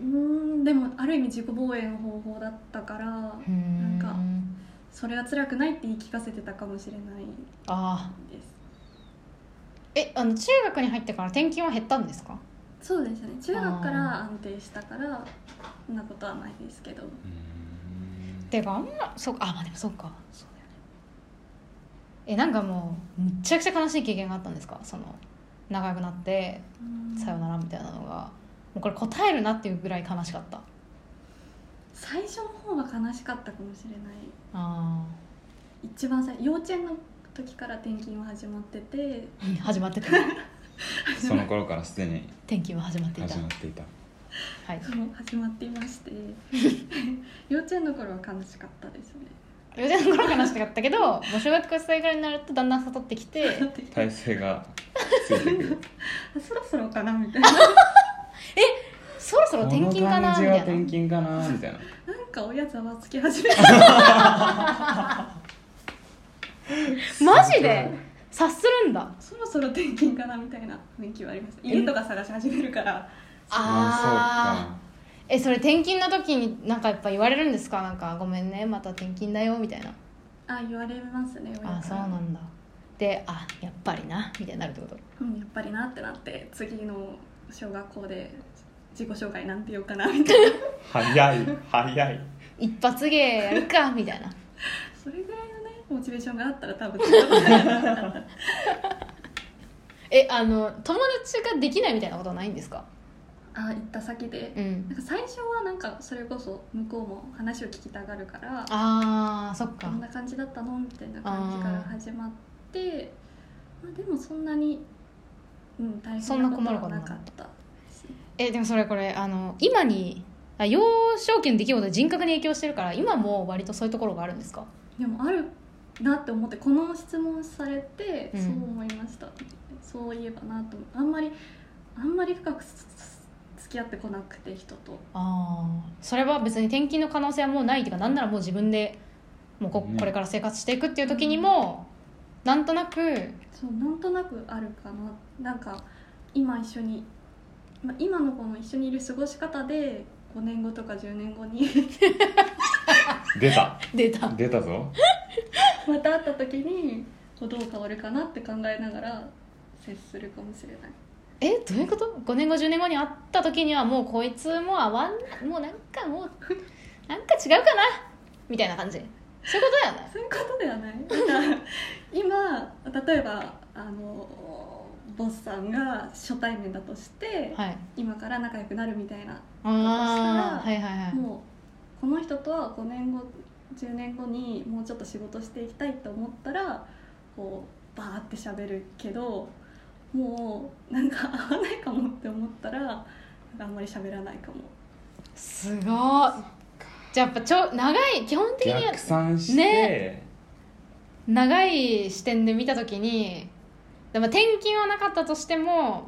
Speaker 3: うーんでもある意味自己防衛の方法だったから
Speaker 2: うん
Speaker 3: んかそれは辛くないって言い聞かせてたかもしれない
Speaker 2: ああ
Speaker 3: です
Speaker 2: えあの中学に入ってから転勤は減ったんですか
Speaker 3: そうですね中学か
Speaker 2: あ
Speaker 3: ら安定したからそんなことはないですけど
Speaker 2: てかあんまそうかあまあでもそうかそうだよねえなんかもうむっちゃくちゃ悲しい経験があったんですかその長くなってさよならみたいなのがもうこれ答えるなっていうぐらい悲しかった
Speaker 3: 最初の方が悲しかったかもしれない
Speaker 2: あ
Speaker 3: 一番最幼稚園の時から転勤は始まってて
Speaker 2: ー 始まってた
Speaker 1: その頃からすでに
Speaker 2: 天気は始まっていた
Speaker 1: 始まっていた
Speaker 2: はい
Speaker 3: その始まっていまして 幼稚園の頃は悲しかったですね
Speaker 2: 幼稚園の頃悲しかったけどもう小学校生ぐらいになるとだんだん悟ってき て
Speaker 3: だって
Speaker 1: 体勢がついてく る
Speaker 3: そろそろかなみ たいな
Speaker 2: そろそろ転勤かなみ
Speaker 1: この感
Speaker 2: た
Speaker 1: じはい転
Speaker 2: な
Speaker 1: 勤かなみたいな
Speaker 3: なんかおやざわつき始めた
Speaker 2: マジで察するんだ
Speaker 3: そろそろ転勤かなみたいな雰囲気はあります家とか探し始めるから
Speaker 2: ああえそれ転勤の時になんかやっぱ言われるんですかなんかごめんねまた転勤だよみたいな
Speaker 3: あ言われますね親から
Speaker 2: あそうなんだであやっぱりなみたいになるってこと
Speaker 3: うん、やっぱりなってなって次の小学校で自己紹介なんて言おうかなみた いな
Speaker 1: そっか早い早い
Speaker 2: 一発芸やるかみたいな
Speaker 3: それぐらいのねモチベーションがあったら多分違うことになる
Speaker 2: えあの友達ができないみたいなことはないんですか
Speaker 3: あ行った先で、
Speaker 2: うん
Speaker 3: なんか最初はなんかそれこそ向こうも話を聞きたがるから
Speaker 2: あーそっ
Speaker 3: ど
Speaker 2: か
Speaker 3: んな感じだったのみたいな感じから始まってまあ、でもそんなに、うん、大
Speaker 2: そ
Speaker 3: 変
Speaker 2: んな
Speaker 3: なこ
Speaker 2: 困
Speaker 3: と
Speaker 2: る
Speaker 3: は
Speaker 2: ことな
Speaker 3: な
Speaker 2: か
Speaker 3: か
Speaker 2: っ
Speaker 3: ったですね
Speaker 2: えでもそれこれあの今にあ幼少期の出来事は人格に影響してるから今も割とそういうところがあるんですか
Speaker 3: でもあるなって思ってこの質問されて
Speaker 2: う
Speaker 3: そ
Speaker 2: ん
Speaker 3: う思いました、そういえばなと思うあんまりあんまり深くつつ付き合ってこなくて人と
Speaker 2: ああそれは別に転勤の可能性はもうないっていうかなんならもう自分でもうこ
Speaker 1: うん
Speaker 2: これから生活していくっていう時にもなんとなく
Speaker 3: そうなんとなくあるかななんか今一緒に、まあ、今の子の一緒にいる過ごし方で5年後とか10年後に
Speaker 1: 出た
Speaker 2: 出た
Speaker 1: 出たぞ
Speaker 3: また会った時にこうどう変わるかなって考えながら接するかもしれない
Speaker 2: えどういうこと5年後10年後に会った時にはもうこいつもう合わんなもうなんかもうなんか違うかなみたいな感じそういうことだよね
Speaker 3: そういうことではないなんか今例えばあのボスさんが初対面だとして、
Speaker 2: はい
Speaker 3: 今から仲良くなるみたいな、
Speaker 2: ああはいはいはい
Speaker 3: もうこの人とは5年後10年後にもうちょっと仕事していきたいと思ったらこうバーって喋るけどもうなんか合わないかもって思ったらなんかあんまり喋らないかも
Speaker 2: すごいじゃあやっぱちょ長い基本的には
Speaker 1: 逆算して、
Speaker 2: ね長い視点で見た時にでも転勤はなかったとしても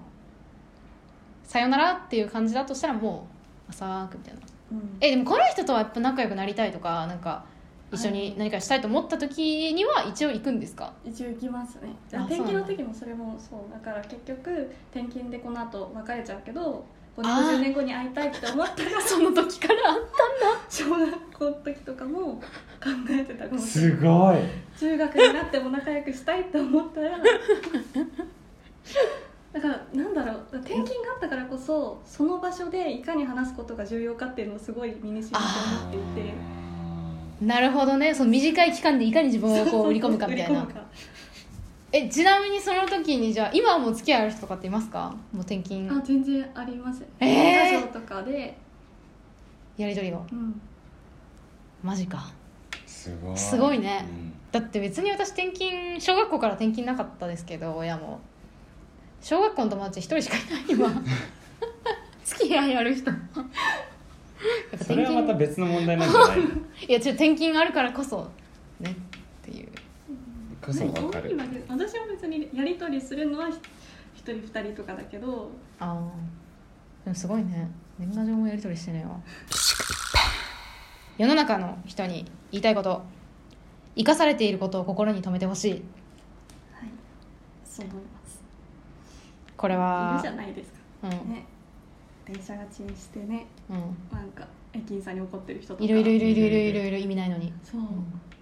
Speaker 2: さよならっていう感じだとしたらもう浅くみたいな
Speaker 3: うん
Speaker 2: えでもこの人とはやっぱ仲良くなりたいとかなんか一緒に何かしたいと思った時には一応行くんですか
Speaker 3: 一応行きますね
Speaker 2: あ
Speaker 3: 転
Speaker 2: そう
Speaker 3: 勤
Speaker 2: な
Speaker 3: の
Speaker 2: んだ
Speaker 3: 時もそれもそうだから結局転勤でこの後別れちゃうけど5
Speaker 2: あー
Speaker 3: 年10年後に会いたいって思ったら
Speaker 2: その時から
Speaker 3: 小学校の時と かも考えてたかもしれな
Speaker 1: す
Speaker 3: い
Speaker 1: ごい
Speaker 3: 中学になっても仲良くしたいって思っ たらだからなんだろう転勤があったからこそその場所でいかに話すことが重要かっていうのをすごい身にしみて思っていて
Speaker 2: なるほどねその短い期間でいかに自分をこう売り込むかみたい
Speaker 3: 売
Speaker 2: な
Speaker 3: り込むか
Speaker 2: えちなみにその時にじゃあ今はもう付き合いある人とかっていますかもう転
Speaker 3: あ
Speaker 2: 勤
Speaker 3: 全然あります
Speaker 2: えー
Speaker 3: 家族とかで、
Speaker 2: やり取りが
Speaker 3: うん、
Speaker 2: マジか
Speaker 1: すごい
Speaker 2: すごいね
Speaker 1: うん
Speaker 2: だって別に私転勤小学校から転勤なかったですけど親も小学校の友達一人しかいない今 付き合いある人やっぱ転
Speaker 1: それは
Speaker 2: 勤
Speaker 1: また別の問題なんじゃ ない
Speaker 2: いやちょっと転勤あるからこそねっていう
Speaker 1: こそわかる
Speaker 3: 今ね私は別にやり取りするのはひ一人二人とかだけど
Speaker 2: ああでもすごいね年賀状もやり取りしてねえわ世の中の人に言いたいこと生かされていることを心に留めてほしい
Speaker 3: はいそう思います
Speaker 2: これ
Speaker 3: いる
Speaker 2: は
Speaker 3: じゃないですか
Speaker 2: うん
Speaker 3: ね電車が遅延してね
Speaker 2: うん
Speaker 3: なんか駅員さんに怒ってる人とか
Speaker 2: いるいるいるいるいるいるいる意味ないのに
Speaker 3: そう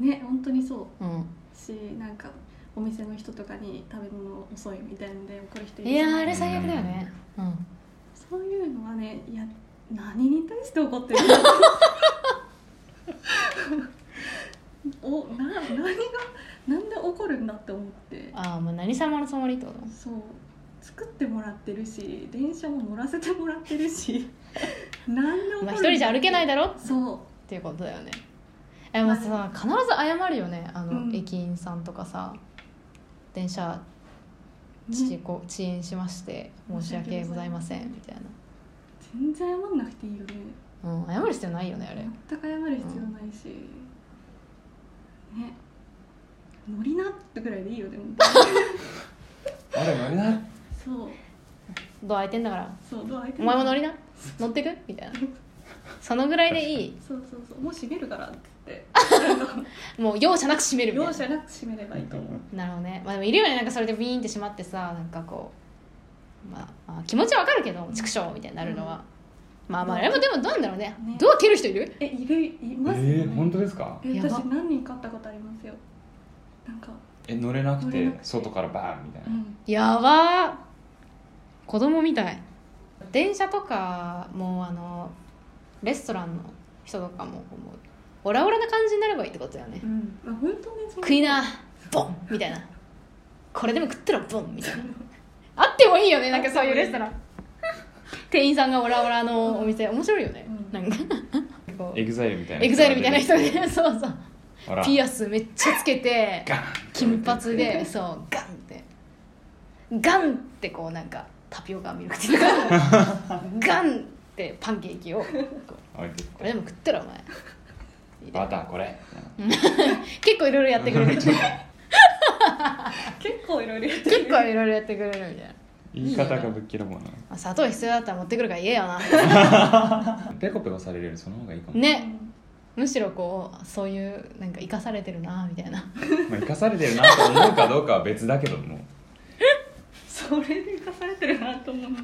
Speaker 3: うね本当にそ
Speaker 2: うん
Speaker 3: うしなんかお店の人とかに食べ物遅いみたいので怒る人いる
Speaker 2: い
Speaker 3: じ
Speaker 2: や
Speaker 3: ゃ
Speaker 2: ー
Speaker 3: な
Speaker 2: あれ
Speaker 3: いですか
Speaker 2: 最悪だよね、うん、
Speaker 3: そういうのはねいや何に対して怒ってる のおな何がなんで怒るんだって思って
Speaker 2: ああもう何様のつもりってこと
Speaker 3: そう作ってもらってるし電車も乗らせてもらってるし 何で怒るん
Speaker 2: ま
Speaker 3: だ
Speaker 2: あ
Speaker 3: っ
Speaker 2: 一
Speaker 3: て
Speaker 2: 人じゃ歩けないだろっ
Speaker 3: そう
Speaker 2: ていうことだよねえもうさ必ず謝るよねあの、
Speaker 3: うん
Speaker 2: 駅員さんとかさ電車
Speaker 3: ね
Speaker 2: 遅こ遅延しまして申し訳ございませんみたい
Speaker 3: 全然謝んなくていいよね
Speaker 2: な、うん、謝る必要ないよねあれ
Speaker 3: 全く謝る必要ないし、ね乗りなってぐらいでい いよでも
Speaker 1: あれあれな
Speaker 3: そう
Speaker 2: ドア開いてんだから
Speaker 3: そうどう相手
Speaker 2: お前も乗りな乗ってくみたいなそのぐらいでいい
Speaker 3: そうそうそうもう閉めるからって言 って
Speaker 2: もう容赦なく閉めるみたい
Speaker 3: 容
Speaker 2: な
Speaker 3: 赦なく閉めればいいと思う
Speaker 2: なるほどねまあでもいるよねなんかそれでビーンってしまってさなんかこう、まあ、まあ気持ちはわかるけど畜生みたいになるのは、まあまあでもでもどうなんだろうね
Speaker 3: ね
Speaker 2: ドア蹴る人いる
Speaker 3: えいるいますよね、
Speaker 1: えー、本当ですか
Speaker 3: え
Speaker 2: やば
Speaker 3: 私何人か会ったことありますよなんか
Speaker 1: え乗れなく
Speaker 3: 乗れ
Speaker 1: て
Speaker 3: なくて
Speaker 1: 外からバーンみたいな、
Speaker 3: ん
Speaker 2: やばー子供みたい電車とかもうあのレストランの人とかももうオラオラな感じになればいいってことだよね
Speaker 3: うん、まあ、本当にそ
Speaker 2: 食いなボンみたいなこれでも食ったらボンみたいなあってもいいよねなんかそういうレストラン店員さんがオラオラのお店面白いよね、
Speaker 3: う
Speaker 2: な
Speaker 3: ん
Speaker 2: んかこう
Speaker 1: エグザイルみたいな
Speaker 2: エグザイルみたいな人
Speaker 1: で
Speaker 2: でそうそう
Speaker 1: ほら
Speaker 2: ピアスめっちゃつけて
Speaker 1: ガンって
Speaker 2: 金髪でそうガンってガンってこうなんかタピオカミルクティーと かガンってパンケーキをこう
Speaker 1: 置いてって
Speaker 2: これでも食ったらお前
Speaker 1: バターこれ
Speaker 2: 結構いろいろやってく れる結
Speaker 3: 結構いろいろやって
Speaker 2: 構いろいろやってくれるみたいな
Speaker 1: 言い方がぶっきらぼうな
Speaker 2: まあ砂糖必要だったら持ってくるから言え よな
Speaker 1: ペコペコされるよりその方がいいかも、
Speaker 2: ねむしろこうそういうなんか生かされてるなみた いな
Speaker 1: まあ、生かされてるなと思うかどうかは別だけども
Speaker 3: それで生かされてるなと思うな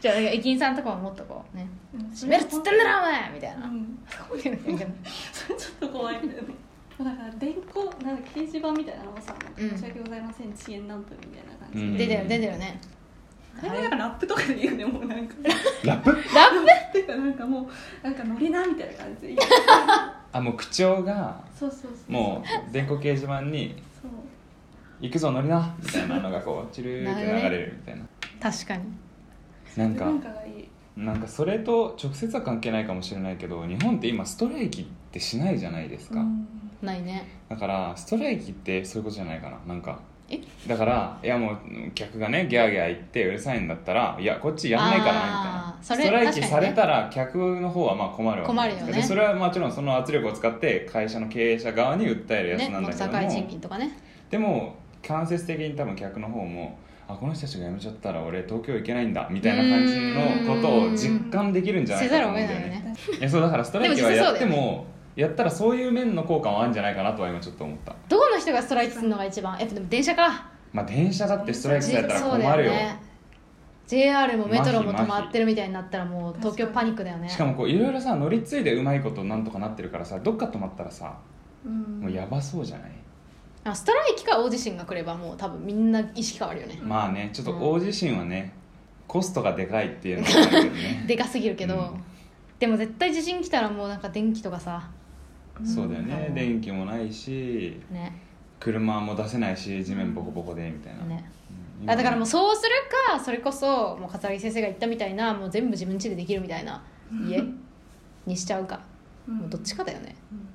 Speaker 2: じゃあなんか駅員さんとかももっとこうね「閉めるっつってんだろお前!」みたいな
Speaker 3: うん、
Speaker 2: そういうのが
Speaker 3: それちょっと怖いんだよねだから電光なんか掲示板みたいなのもさ「
Speaker 2: うん
Speaker 3: 申し訳ございません遅延何分」みたいな感じで、
Speaker 1: うん
Speaker 2: 出てる出てるね
Speaker 3: あれなんかラップとかで言うねもうなんか
Speaker 1: ラップ
Speaker 2: ラップ
Speaker 3: ていうかなんかもうなんかノリなみたいな感じで言う
Speaker 1: あもう口調が
Speaker 3: そうそうそう
Speaker 1: もう電光掲示板に
Speaker 3: そう
Speaker 1: 「行くぞ乗りな」みたいなのがこうチルーって流れるみたいな
Speaker 2: 確かに
Speaker 1: なんか
Speaker 3: 文化がいい
Speaker 1: なんかそれと直接は関係ないかもしれないけど日本って今ストライキってしないじゃないですか、
Speaker 3: うん
Speaker 2: ないね
Speaker 1: だからストライキってそういうことじゃないかななんか
Speaker 2: え
Speaker 1: だからいやもう客がねギャーギャー言ってうるさいんだったらいやこっちやんないからな
Speaker 2: あ
Speaker 1: み
Speaker 2: ーそ
Speaker 1: たい
Speaker 2: れ
Speaker 1: なストライキ
Speaker 2: 確
Speaker 1: さ
Speaker 2: かにね
Speaker 1: れたら客の方はまあ困るわけじゃないですか
Speaker 2: 困るよね
Speaker 1: でそれはもちろんその圧力を使って会社の経営者側に訴えるやつ
Speaker 2: ね
Speaker 1: な
Speaker 2: も
Speaker 1: んだ
Speaker 2: っ
Speaker 1: けど
Speaker 2: と
Speaker 1: も、
Speaker 2: 高い賃金とかね
Speaker 1: でも間接的に多分客の方もあこの人たちが辞めちゃったら俺東京行けないんだみたいな感じのことを実感できるんじゃな
Speaker 2: せ
Speaker 1: いか
Speaker 2: ざ
Speaker 1: と
Speaker 2: るを
Speaker 1: 思
Speaker 2: 得
Speaker 1: うん
Speaker 2: ない
Speaker 1: だよ
Speaker 2: よ
Speaker 1: ね
Speaker 2: ね
Speaker 1: いやそうだからストライキは
Speaker 2: でも実際
Speaker 1: や
Speaker 2: そ
Speaker 1: っ
Speaker 2: うだ
Speaker 1: て
Speaker 2: よね
Speaker 1: もやったらそういう面の効果はあるんじゃないかなとは今ちょっと思った
Speaker 2: どこの人がストライキするのが一番やっぱでも電車か
Speaker 1: まあ電車だってストライキ
Speaker 2: そ
Speaker 1: されたら
Speaker 2: う
Speaker 1: 困
Speaker 2: だ
Speaker 1: る
Speaker 2: よ
Speaker 1: よ
Speaker 2: ね JR もメトロも
Speaker 1: 麻
Speaker 2: 止
Speaker 1: 痺
Speaker 2: まってるみたいになったらもう東京パニックだよね
Speaker 1: しかもこういろいろさ乗り継いでうまいことなんとかなってるからさどっか止まったらさ
Speaker 3: うん
Speaker 1: もうやばそうじゃない、
Speaker 2: あストライキか大地震が来ればもう多分みんな意識変わるよね
Speaker 1: まあねちょっと大地震はねコストがでかいっていうのがあるけど ね
Speaker 2: でかすぎるけど、
Speaker 1: うん
Speaker 2: でも絶対地震来たらもうなんか電気とかさ
Speaker 1: そうだよね
Speaker 2: うん
Speaker 1: 電気もないし
Speaker 2: ね
Speaker 1: 車も出せないし地面ボコボコでみたいな、
Speaker 2: ね
Speaker 1: うん
Speaker 2: あだからもうそうするかそれこそもう笠木先生が言ったみたいなもう全部自分家でできるみたいな家にしちゃうか
Speaker 3: うん
Speaker 2: もうどっちかだよね
Speaker 3: うん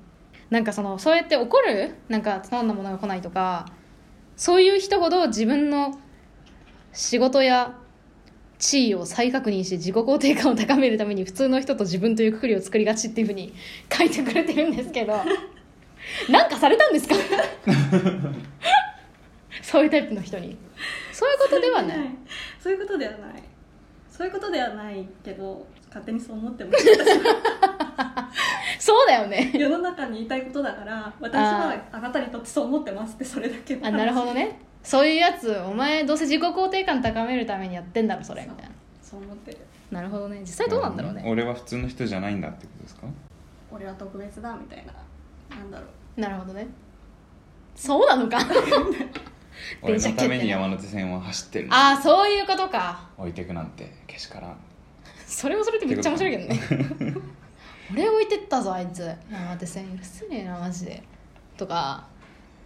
Speaker 2: なんかそのそうやって怒るなんか頼んだものが来ないとかそういう人ほど自分の仕事や地位を再確認し自己肯定感を高めるために普通の人と自分というくくりを作りがちっていうふうに 書いてくれてるんですけどなんかされたんですか そういうタイプの人にそういうことではない
Speaker 3: そういうことではないそういうことではないけど勝手にそう思ってもらった
Speaker 2: そうだよね
Speaker 3: 世の中に言いたいことだから私はあなたにとってそう思ってますってそれだけの
Speaker 2: あ
Speaker 3: 話
Speaker 2: なるほどねそういうやつお前どうせ自己肯定感高めるためにやってんだろそれみたいな
Speaker 3: そう思ってる
Speaker 2: なるほどね実際どうなんだろうね
Speaker 1: 俺は普通の人じゃないんだってことですか
Speaker 3: 俺は特別だみたいななんだろう
Speaker 2: なるほどねそうなのか電
Speaker 1: 俺
Speaker 2: 車
Speaker 1: の
Speaker 2: 切
Speaker 1: た
Speaker 2: ってね
Speaker 1: めに山手線は走ってる
Speaker 2: ああそういうことか
Speaker 1: 置いてくなんてけしからん
Speaker 2: それもそれってめっちゃ面白いけどね 俺置いてったぞあいつ山手線許せねえなマジでとか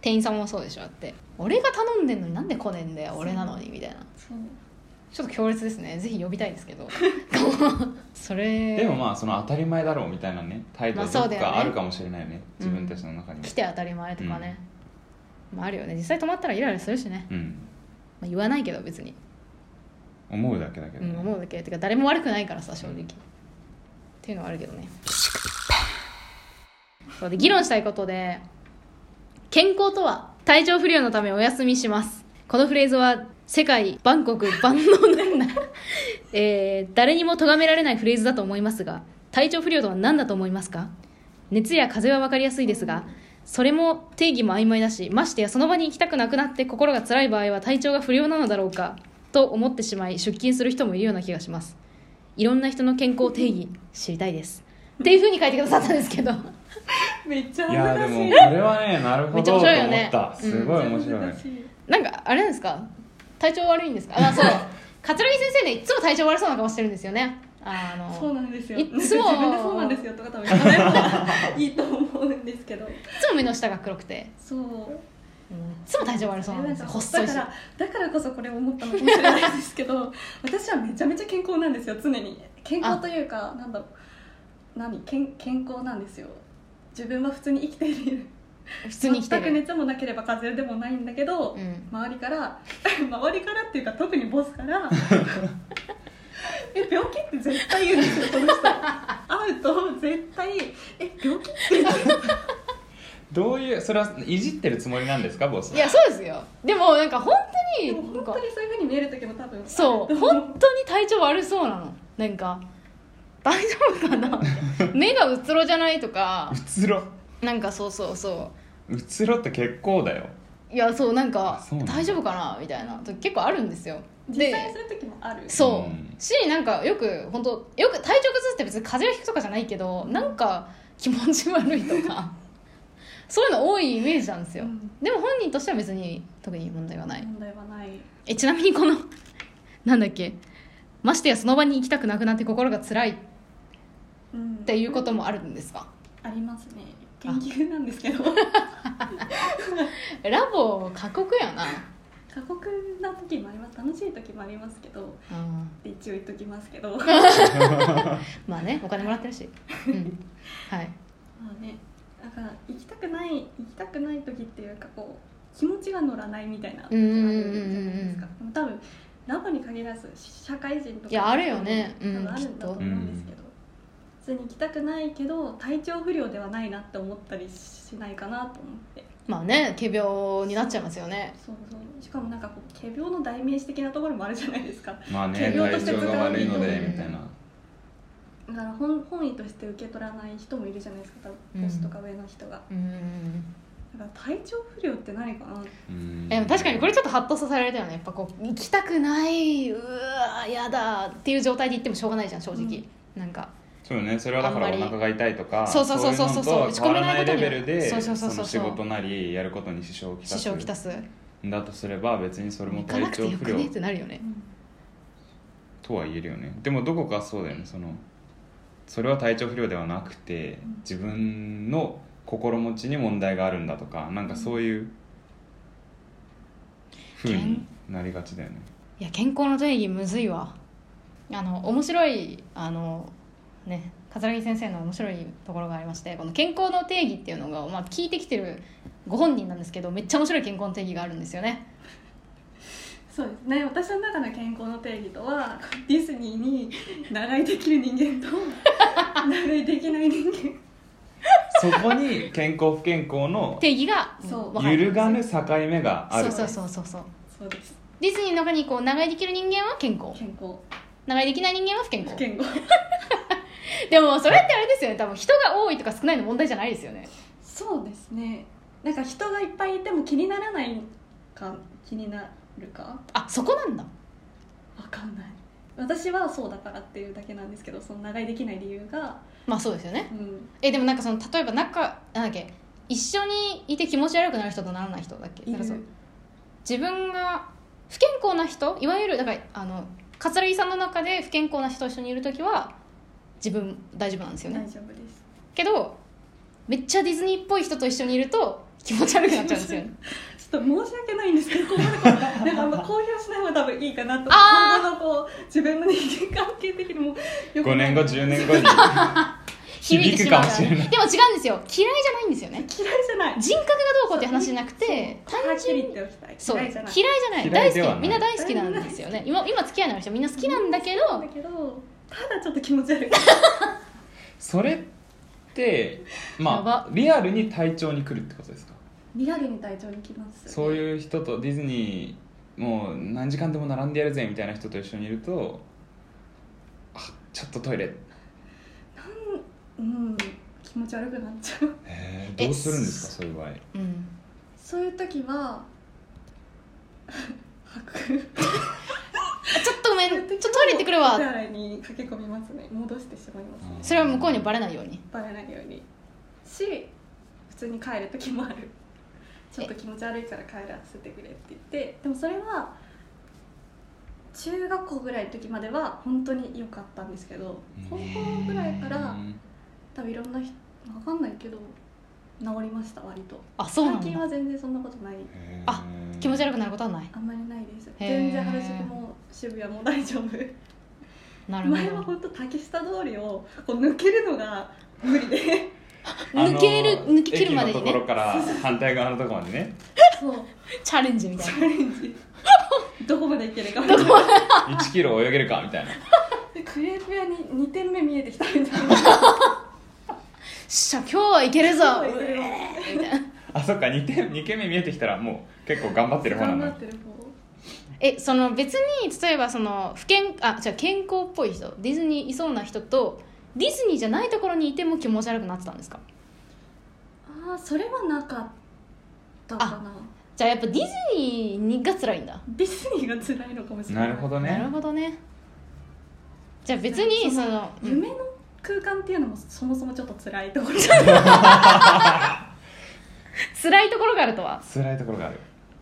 Speaker 2: 店員さんもそうでしょだって俺が頼んでんのになんで来ねえんだよ俺なのにみたいな
Speaker 3: そう
Speaker 2: ちょっと強烈ですねぜひ呼びたいです けどそれ
Speaker 1: でもまあその当たり前だろうみたいなね態度
Speaker 2: まあ
Speaker 1: ど
Speaker 2: そう
Speaker 1: っ
Speaker 2: だよね
Speaker 1: かあるかもしれないよね自分たちの中にも
Speaker 2: 来て当たり前とかね、まああるよね実際止まったらイライラするしね、
Speaker 1: うん
Speaker 2: まあ、言わないけど別に、
Speaker 1: 思うだけだけ
Speaker 2: う
Speaker 1: どね
Speaker 2: ん、思うだけてか誰も悪くないからさ正直、っていうのはあるけどねそうで議論したいことで健康とは体調不良のためお休みしますこのフレーズは世界万 国万能なんだ、えー誰にも咎められないフレーズだと思いますが体調不良とは何だと思いますか熱や風邪は分かりやすいですがそれも定義も曖昧だしましてやその場に行きたくなくなって心が辛い場合は体調が不良なのだろうかと思ってしまい出勤する人もいるような気がしますいろんな人の健康定義知りたいですっていうふうに書いてくださったんですけど
Speaker 3: めっちゃ
Speaker 1: いやで
Speaker 3: 難しい
Speaker 1: もこれはねなるほ
Speaker 2: め
Speaker 1: ど
Speaker 2: っち
Speaker 1: と
Speaker 2: ゃ
Speaker 1: 思
Speaker 2: 面白いよ
Speaker 1: っ
Speaker 2: ね
Speaker 1: たすごい面白い
Speaker 3: 難しい
Speaker 2: なんかあれなんですか体調悪いんですかあそう桂木先生ねいつも体調悪そうな顔してるんですよねあの
Speaker 3: そうなんですよ
Speaker 2: いつも
Speaker 3: 自分でそうなんですよとか多分言わない方がいいと思うんですけど
Speaker 2: いつも目の下が黒くて
Speaker 3: そう
Speaker 2: うんいつも体調悪そうなんですよ細い
Speaker 3: だ
Speaker 2: し
Speaker 3: からだからこそこれ思ったのかもしれないですけど 私はめちゃめちゃ健康なんですよ常に健康というかなんだろう何健健康なんですよ自分は普通に生きている
Speaker 2: 普通に来て
Speaker 3: 全
Speaker 2: る、
Speaker 3: く熱もなければ風邪でもないんだけど、
Speaker 2: うん、
Speaker 3: 周りから 周りからっていうか特にボスから え病気って絶対言うんですよこの人会うと絶対え病気って
Speaker 1: どういうそれはいじってるつもりなんですかボス
Speaker 2: いやそうですよでもなんか本当に
Speaker 3: でも
Speaker 2: なん
Speaker 3: 本
Speaker 2: か
Speaker 3: 当にそういうふうに見える時も多分
Speaker 2: そう 本当に体調悪そうなのなんか大丈夫かな目がうつろじゃないとか
Speaker 1: うつろ
Speaker 2: なんかそうそうそう
Speaker 1: つろって結構だよ
Speaker 2: ういやそうなんか
Speaker 1: そうなんだ
Speaker 2: 大丈夫かなみたいな時結構あるんですよ
Speaker 3: 実
Speaker 2: で
Speaker 3: 際そういう時もある
Speaker 2: そう、
Speaker 1: うん
Speaker 2: しなんかよく本当よく体調崩すって別に風邪をひくとかじゃないけどなんか気持ち悪いとか そういうの多いイメージなんですよ、
Speaker 3: うん
Speaker 2: でも本人としては別に特に問題はない
Speaker 3: 問題はない
Speaker 2: えちなみにこのなんだっけましてやその場に行きたくなくなって心が辛いっ
Speaker 3: うん
Speaker 2: ていうこともあるんですか
Speaker 3: ありますね研究なんですけ ど
Speaker 2: ラボ過酷やな、
Speaker 3: 過酷な時もあります楽しい時もありますけどっ
Speaker 2: うん、
Speaker 3: て一応言っときますけ どま
Speaker 2: まあねお金もらってるし、うん、はい
Speaker 3: あねなんか行きたくない行きたくない時っていうかこう気持ちが乗らないみたいな時あるじゃないですかでも多分ラボに限らず社会人とか
Speaker 2: いやあるよね
Speaker 3: 多分
Speaker 2: うん
Speaker 3: あるんだと思うんですけど、普通に行きたくないけど体調不良ではないなって思ったりしないかなと思って
Speaker 2: まあね仮病になっちゃいますよね
Speaker 3: そうそうしかもなんかこう仮病の代名詞的なところもあるじゃないですか
Speaker 1: まあね
Speaker 3: 軽量と
Speaker 1: 体
Speaker 3: して
Speaker 1: 調が悪いの
Speaker 2: 使う
Speaker 1: で
Speaker 2: の
Speaker 1: みたいな
Speaker 3: だから本本意として受け取らない人もいるじゃないですか多分ボスとか上の人が、
Speaker 2: うん
Speaker 3: だから体調不良って何かな
Speaker 1: うん
Speaker 2: え確かにこれちょっとハッとさせられたよねやっぱこう行きたくないうわやだっていう状態で行ってもしょうがないじゃん正直、なんか
Speaker 1: そうねそれはだか
Speaker 2: あん
Speaker 1: ら
Speaker 2: ま
Speaker 1: お
Speaker 2: り
Speaker 1: 腹が痛いとか
Speaker 2: そうそうそうそうそう
Speaker 1: いのと変わらないレベル
Speaker 2: 打ち込めないことに
Speaker 1: で
Speaker 2: そうそうそうそう
Speaker 1: の仕事なりやることに支障をきた
Speaker 2: 支障をきた
Speaker 1: す
Speaker 2: す
Speaker 1: だとすれば別にそれも
Speaker 2: 行かな
Speaker 1: 体
Speaker 2: くて
Speaker 1: 調
Speaker 2: よ
Speaker 1: 不
Speaker 2: く
Speaker 1: 良
Speaker 2: ねってなるよね
Speaker 1: とは言えるよねでもどこかそうだよねそのそれは体調不良ではなくて
Speaker 3: うん
Speaker 1: 自分の心持ちに問題があるんだとかなんかそういうふうになりがちだよね
Speaker 2: いや健康の定義むずいわあの面白いあのね桂木先生の面白いところがありましてこの健康の定義っていうのが、まあ、聞いてきてるご本人なんですけどめっちゃ面白い健康の定義があるんですよね
Speaker 3: そうですね私の中の健康の定義とはディズニーに長居できる人 間と長居できない人間
Speaker 1: そこに健康不健康の
Speaker 2: 定義が
Speaker 3: そう
Speaker 2: わか
Speaker 1: 揺
Speaker 2: る
Speaker 1: るがぬ境目があ
Speaker 2: そ
Speaker 1: る
Speaker 2: うそうそうそうそう
Speaker 3: そうです
Speaker 2: ディズニーの中にこう長居できる人間は健康
Speaker 3: 健康
Speaker 2: 長居できない人間は不健
Speaker 3: 不
Speaker 2: 康
Speaker 3: 健康
Speaker 2: でもそれってあれですよね多分人が多いとか少ないの問題じゃないですよね
Speaker 3: そうですねなんか人がいっぱいいても気にならないか気になるか
Speaker 2: あそこなんだ
Speaker 3: わかんない私はそうだからっていうだけなんですけどその長居できない理由が、
Speaker 2: まあそうですよね
Speaker 3: うん、
Speaker 2: えでもなんかその例えば仲なんだっけ一緒にいて気持ち悪くなる人とならない人だっけ
Speaker 3: い
Speaker 2: なんかそう
Speaker 3: る
Speaker 2: 自分が不健康な人いわゆるだからあの桂木さんの中で不健康な人と一緒にいる時は自分大丈夫なんですよ
Speaker 3: 大
Speaker 2: ね
Speaker 3: 丈夫です
Speaker 2: けどめっちゃディズニーっぽい人と一緒にいると気持ち悪くなっちゃうんですよね
Speaker 3: ちょっと申し訳ないんですけどここま でこうなんかあんま公表しない方が多分いいかなと
Speaker 2: あ
Speaker 3: 今後のこう自分の人間関係的にもよく
Speaker 1: 5
Speaker 3: ない
Speaker 1: 年後10年 後に
Speaker 2: 響
Speaker 1: 響
Speaker 2: いて
Speaker 1: く
Speaker 2: しま
Speaker 1: かも
Speaker 2: うから
Speaker 1: しれ
Speaker 2: ね
Speaker 1: ない
Speaker 2: でも違うんですよ嫌いじゃないんですよね
Speaker 3: 嫌いじゃない
Speaker 2: 人格がどうこうっていう話じゃなくて単
Speaker 3: はっき
Speaker 2: 純
Speaker 3: り
Speaker 2: に
Speaker 3: 言っておきたい
Speaker 2: そう
Speaker 3: 嫌
Speaker 2: 嫌
Speaker 3: い
Speaker 2: いじ
Speaker 3: じゃ
Speaker 2: ゃ
Speaker 3: な
Speaker 2: ないい
Speaker 1: 嫌
Speaker 2: 大
Speaker 1: いではな
Speaker 2: 好
Speaker 1: い
Speaker 2: きみんな大好きなんですよね今今付き合いのある人みんな好きなんだけ
Speaker 3: なん
Speaker 2: ど
Speaker 3: だけどただちょっと気持 ち悪い
Speaker 1: それって
Speaker 2: や
Speaker 1: ま
Speaker 2: ば
Speaker 1: あリアルに体調に来るってことですか
Speaker 3: リアルに体調にきます
Speaker 1: そういう人とディズニーもう何時間でも並んでやるぜみたいな人と一緒にいるとあちょっとトイレ
Speaker 3: うん気持ち悪くなっちゃう
Speaker 1: へーどうするんですかそういう場合
Speaker 2: うん
Speaker 3: そういう時 は吐く
Speaker 2: あちょっとごめんちょっとトイレ行ってくる
Speaker 3: 手
Speaker 2: わ
Speaker 3: 洗いに駆け込みますね戻してしまいますね
Speaker 2: それは向こうにバレないように
Speaker 3: バレないようにし普通に帰る時もあるちょっと気持ち悪いから帰らせてくれって言ってでもそれは中学校ぐらいの時までは本当に良かったんですけど高校ぐらいから
Speaker 1: うん
Speaker 3: 多分いろんな人わかんないけど治りました割と
Speaker 2: あそうな
Speaker 3: 最
Speaker 2: ん
Speaker 3: 近は
Speaker 2: だ
Speaker 3: 全然そんなことな
Speaker 1: へ
Speaker 3: い
Speaker 1: ー
Speaker 2: あ気持ち悪くなることはない
Speaker 3: あんまりないです
Speaker 2: へー
Speaker 3: 全然原宿も渋谷も大丈夫
Speaker 2: なる
Speaker 3: 前は
Speaker 2: ほど
Speaker 3: 本当竹下通りをこう抜けるのが無理で
Speaker 2: 抜ける
Speaker 1: あの
Speaker 2: 抜け切るまでに
Speaker 1: 駅のところ
Speaker 2: ね
Speaker 1: から反対側のところまで ね
Speaker 3: そう
Speaker 2: チャレンジみた
Speaker 3: チ
Speaker 2: い
Speaker 3: ャレン ジどこまでいけるかみたいな
Speaker 1: 1キロ泳げるかみたいな
Speaker 3: でクレープ屋に2点目見えてきたみたい
Speaker 2: なしゃ今日はいけるぞ
Speaker 3: な
Speaker 2: みたいな
Speaker 1: あそっか2点二軒目見えてきたらもう結構頑張ってる方な
Speaker 3: 頑
Speaker 1: の
Speaker 3: 張
Speaker 1: へ
Speaker 3: ってる
Speaker 2: えその別に例えばその不健あじゃ健康っぽい人ディズニーいそうな人とディズニーじゃないところにいても気持ち悪くなってたんですか
Speaker 3: 方ああそれはなかったかな
Speaker 2: じゃあやっぱディズニーにが辛いんだ
Speaker 3: ディズニーが辛いのかもしれな
Speaker 1: ないるほど
Speaker 2: なる
Speaker 1: ね
Speaker 2: ほどねじゃあ別にそ
Speaker 3: その
Speaker 2: のうん
Speaker 3: 夢の空間っていうのもそもそもちょっと辛いところ
Speaker 2: 辛いところがあるとは
Speaker 1: 辛いところがある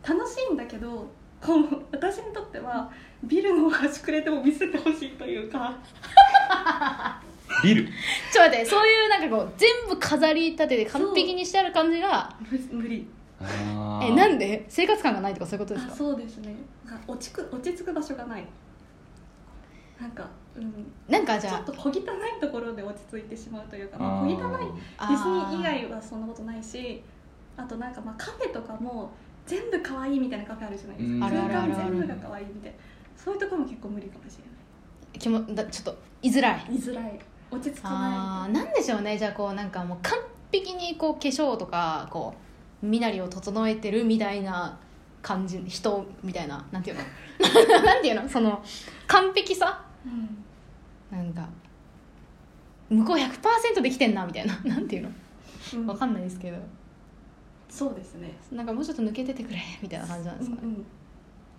Speaker 3: 楽しいんだけどこの私にとってはビルの端くれても見せてほしいというか
Speaker 1: ビル
Speaker 2: ちょっと待ってそういうなんかこう全部飾り立てて完璧にしてある感じが
Speaker 3: 無無理
Speaker 1: あー
Speaker 2: えなんで生活感がないとかそういうことです
Speaker 3: あ
Speaker 2: か
Speaker 3: そうですねなんか落ちく落ち着く場所がないなんか、うん、
Speaker 2: なんかじ
Speaker 3: ちょっ
Speaker 2: ゃ
Speaker 3: と小汚いところで落ち着いてしまうというか、ま
Speaker 1: あ
Speaker 3: あ、小汚い
Speaker 1: ー
Speaker 3: デ
Speaker 2: あ
Speaker 3: ィズニー以
Speaker 2: あ
Speaker 3: 外はそんなことないしあとなんかまあカフェとかも全部可愛いみたいなカフェあるじゃないです
Speaker 1: うん
Speaker 3: か
Speaker 2: あるあるある
Speaker 3: 空間全部が可愛いみたいなそういうところも結構無理かもしれ
Speaker 2: ー気もだちょっと居づらい
Speaker 3: ない居づらい落ち着か
Speaker 2: あ
Speaker 3: な
Speaker 2: ー
Speaker 3: い
Speaker 2: なんでしょうねじゃあこうなんかもう完璧にこう化粧とかこう身なりを整えてるみたいな感じ人みたいななんていうの なんていうのその完璧さ
Speaker 3: うん
Speaker 2: なんか向こう100%できてんなみたいななんていう
Speaker 3: うん
Speaker 2: のわかんないですけど
Speaker 3: そうですね
Speaker 2: なんかもうちょっと抜けててくれみたいな感じなんですかね
Speaker 3: うんうん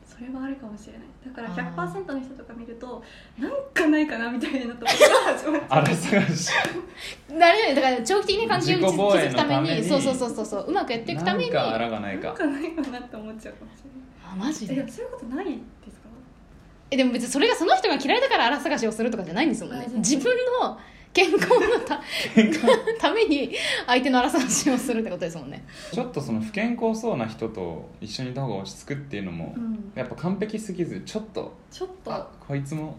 Speaker 3: それはあるかもしれないだから
Speaker 2: あー
Speaker 3: 100%の人とか見るとなんかないかなみたいなと ころが始まっちゃ
Speaker 1: あら探し
Speaker 2: あれだよねだから長期的な関係を
Speaker 1: 自己防衛
Speaker 2: 築くため
Speaker 1: のため
Speaker 2: に
Speaker 1: に
Speaker 2: そうそうそうそうそううまくやっていくために
Speaker 1: なんかあらがないか
Speaker 3: うなんかないかなって思っちゃうかもし
Speaker 2: あマジ
Speaker 3: れな
Speaker 2: で
Speaker 3: いえそういうことないですか
Speaker 2: えでも別にそれがその人が嫌いだからあら探しをするとかじゃないんですもんね
Speaker 3: あ全
Speaker 2: 自
Speaker 3: 然
Speaker 2: 分の健康のたために相手のあら探しをするってことですもんね
Speaker 1: ちょっとその不健康そうな人と一緒にいた方が落ち着くっていうのも、
Speaker 3: うん
Speaker 1: やっぱ完璧すぎずちょっと
Speaker 3: ちょっと
Speaker 1: あこいつも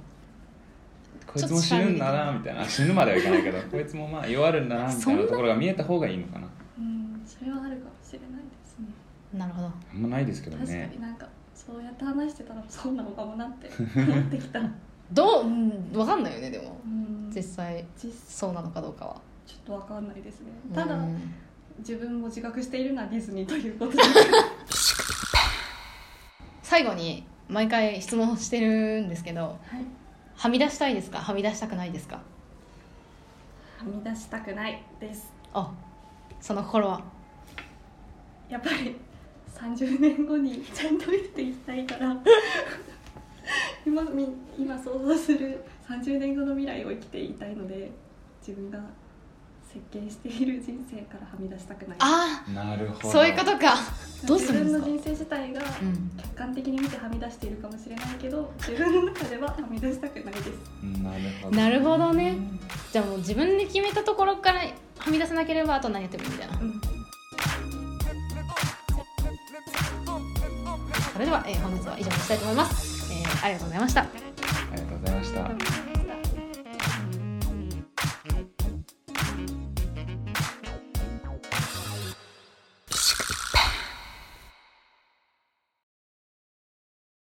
Speaker 1: こい
Speaker 2: ちょ
Speaker 1: つ
Speaker 2: っと
Speaker 1: も死ぬんだなみたいな死ぬまではいかないけどこいつもまあ弱るんだなみ
Speaker 2: そ
Speaker 1: たい
Speaker 2: んな
Speaker 1: なところが見えた方がいいのかな
Speaker 3: うんそれはあるかもしれないですね
Speaker 2: なるほど
Speaker 1: あんまないですけど
Speaker 3: 確か
Speaker 1: ね
Speaker 3: になんかそうやって話してたらそうなのかも なって思ってきたう
Speaker 2: どう、うん、分かんないよねでも
Speaker 3: ん
Speaker 2: 実際
Speaker 3: 実
Speaker 2: そうなのかどうかは
Speaker 3: ちょっとわかんないですねただ
Speaker 2: うん
Speaker 3: 自分も自覚しているのはディズニーとい うことで
Speaker 2: 最後に毎回質問してるんですけどはみ出したいですかはみ出したくないですか
Speaker 3: はみ出したくないです
Speaker 2: あその心は
Speaker 3: やっぱり30年後にちゃんと生きていきたいから 今み今想像する30年後の未来を生きていたいので自分が設計している人生からはみ出したくない
Speaker 2: あ
Speaker 1: なるほ
Speaker 2: あ
Speaker 1: ど
Speaker 2: そういうことかどうするんですか
Speaker 3: 自分の人生自体が
Speaker 2: うん
Speaker 3: 客観的に見てはみ出しているかもしれないけど自分の中でははみ出したくないです
Speaker 1: なるほど
Speaker 2: なるほどねじゃあもう自分で決めたところからはみ出さなければあと何やってもいいみたいな
Speaker 3: うん
Speaker 2: それでは、えー本日は以上にしたいと思います、えーありがとうございました
Speaker 1: ありがとうございました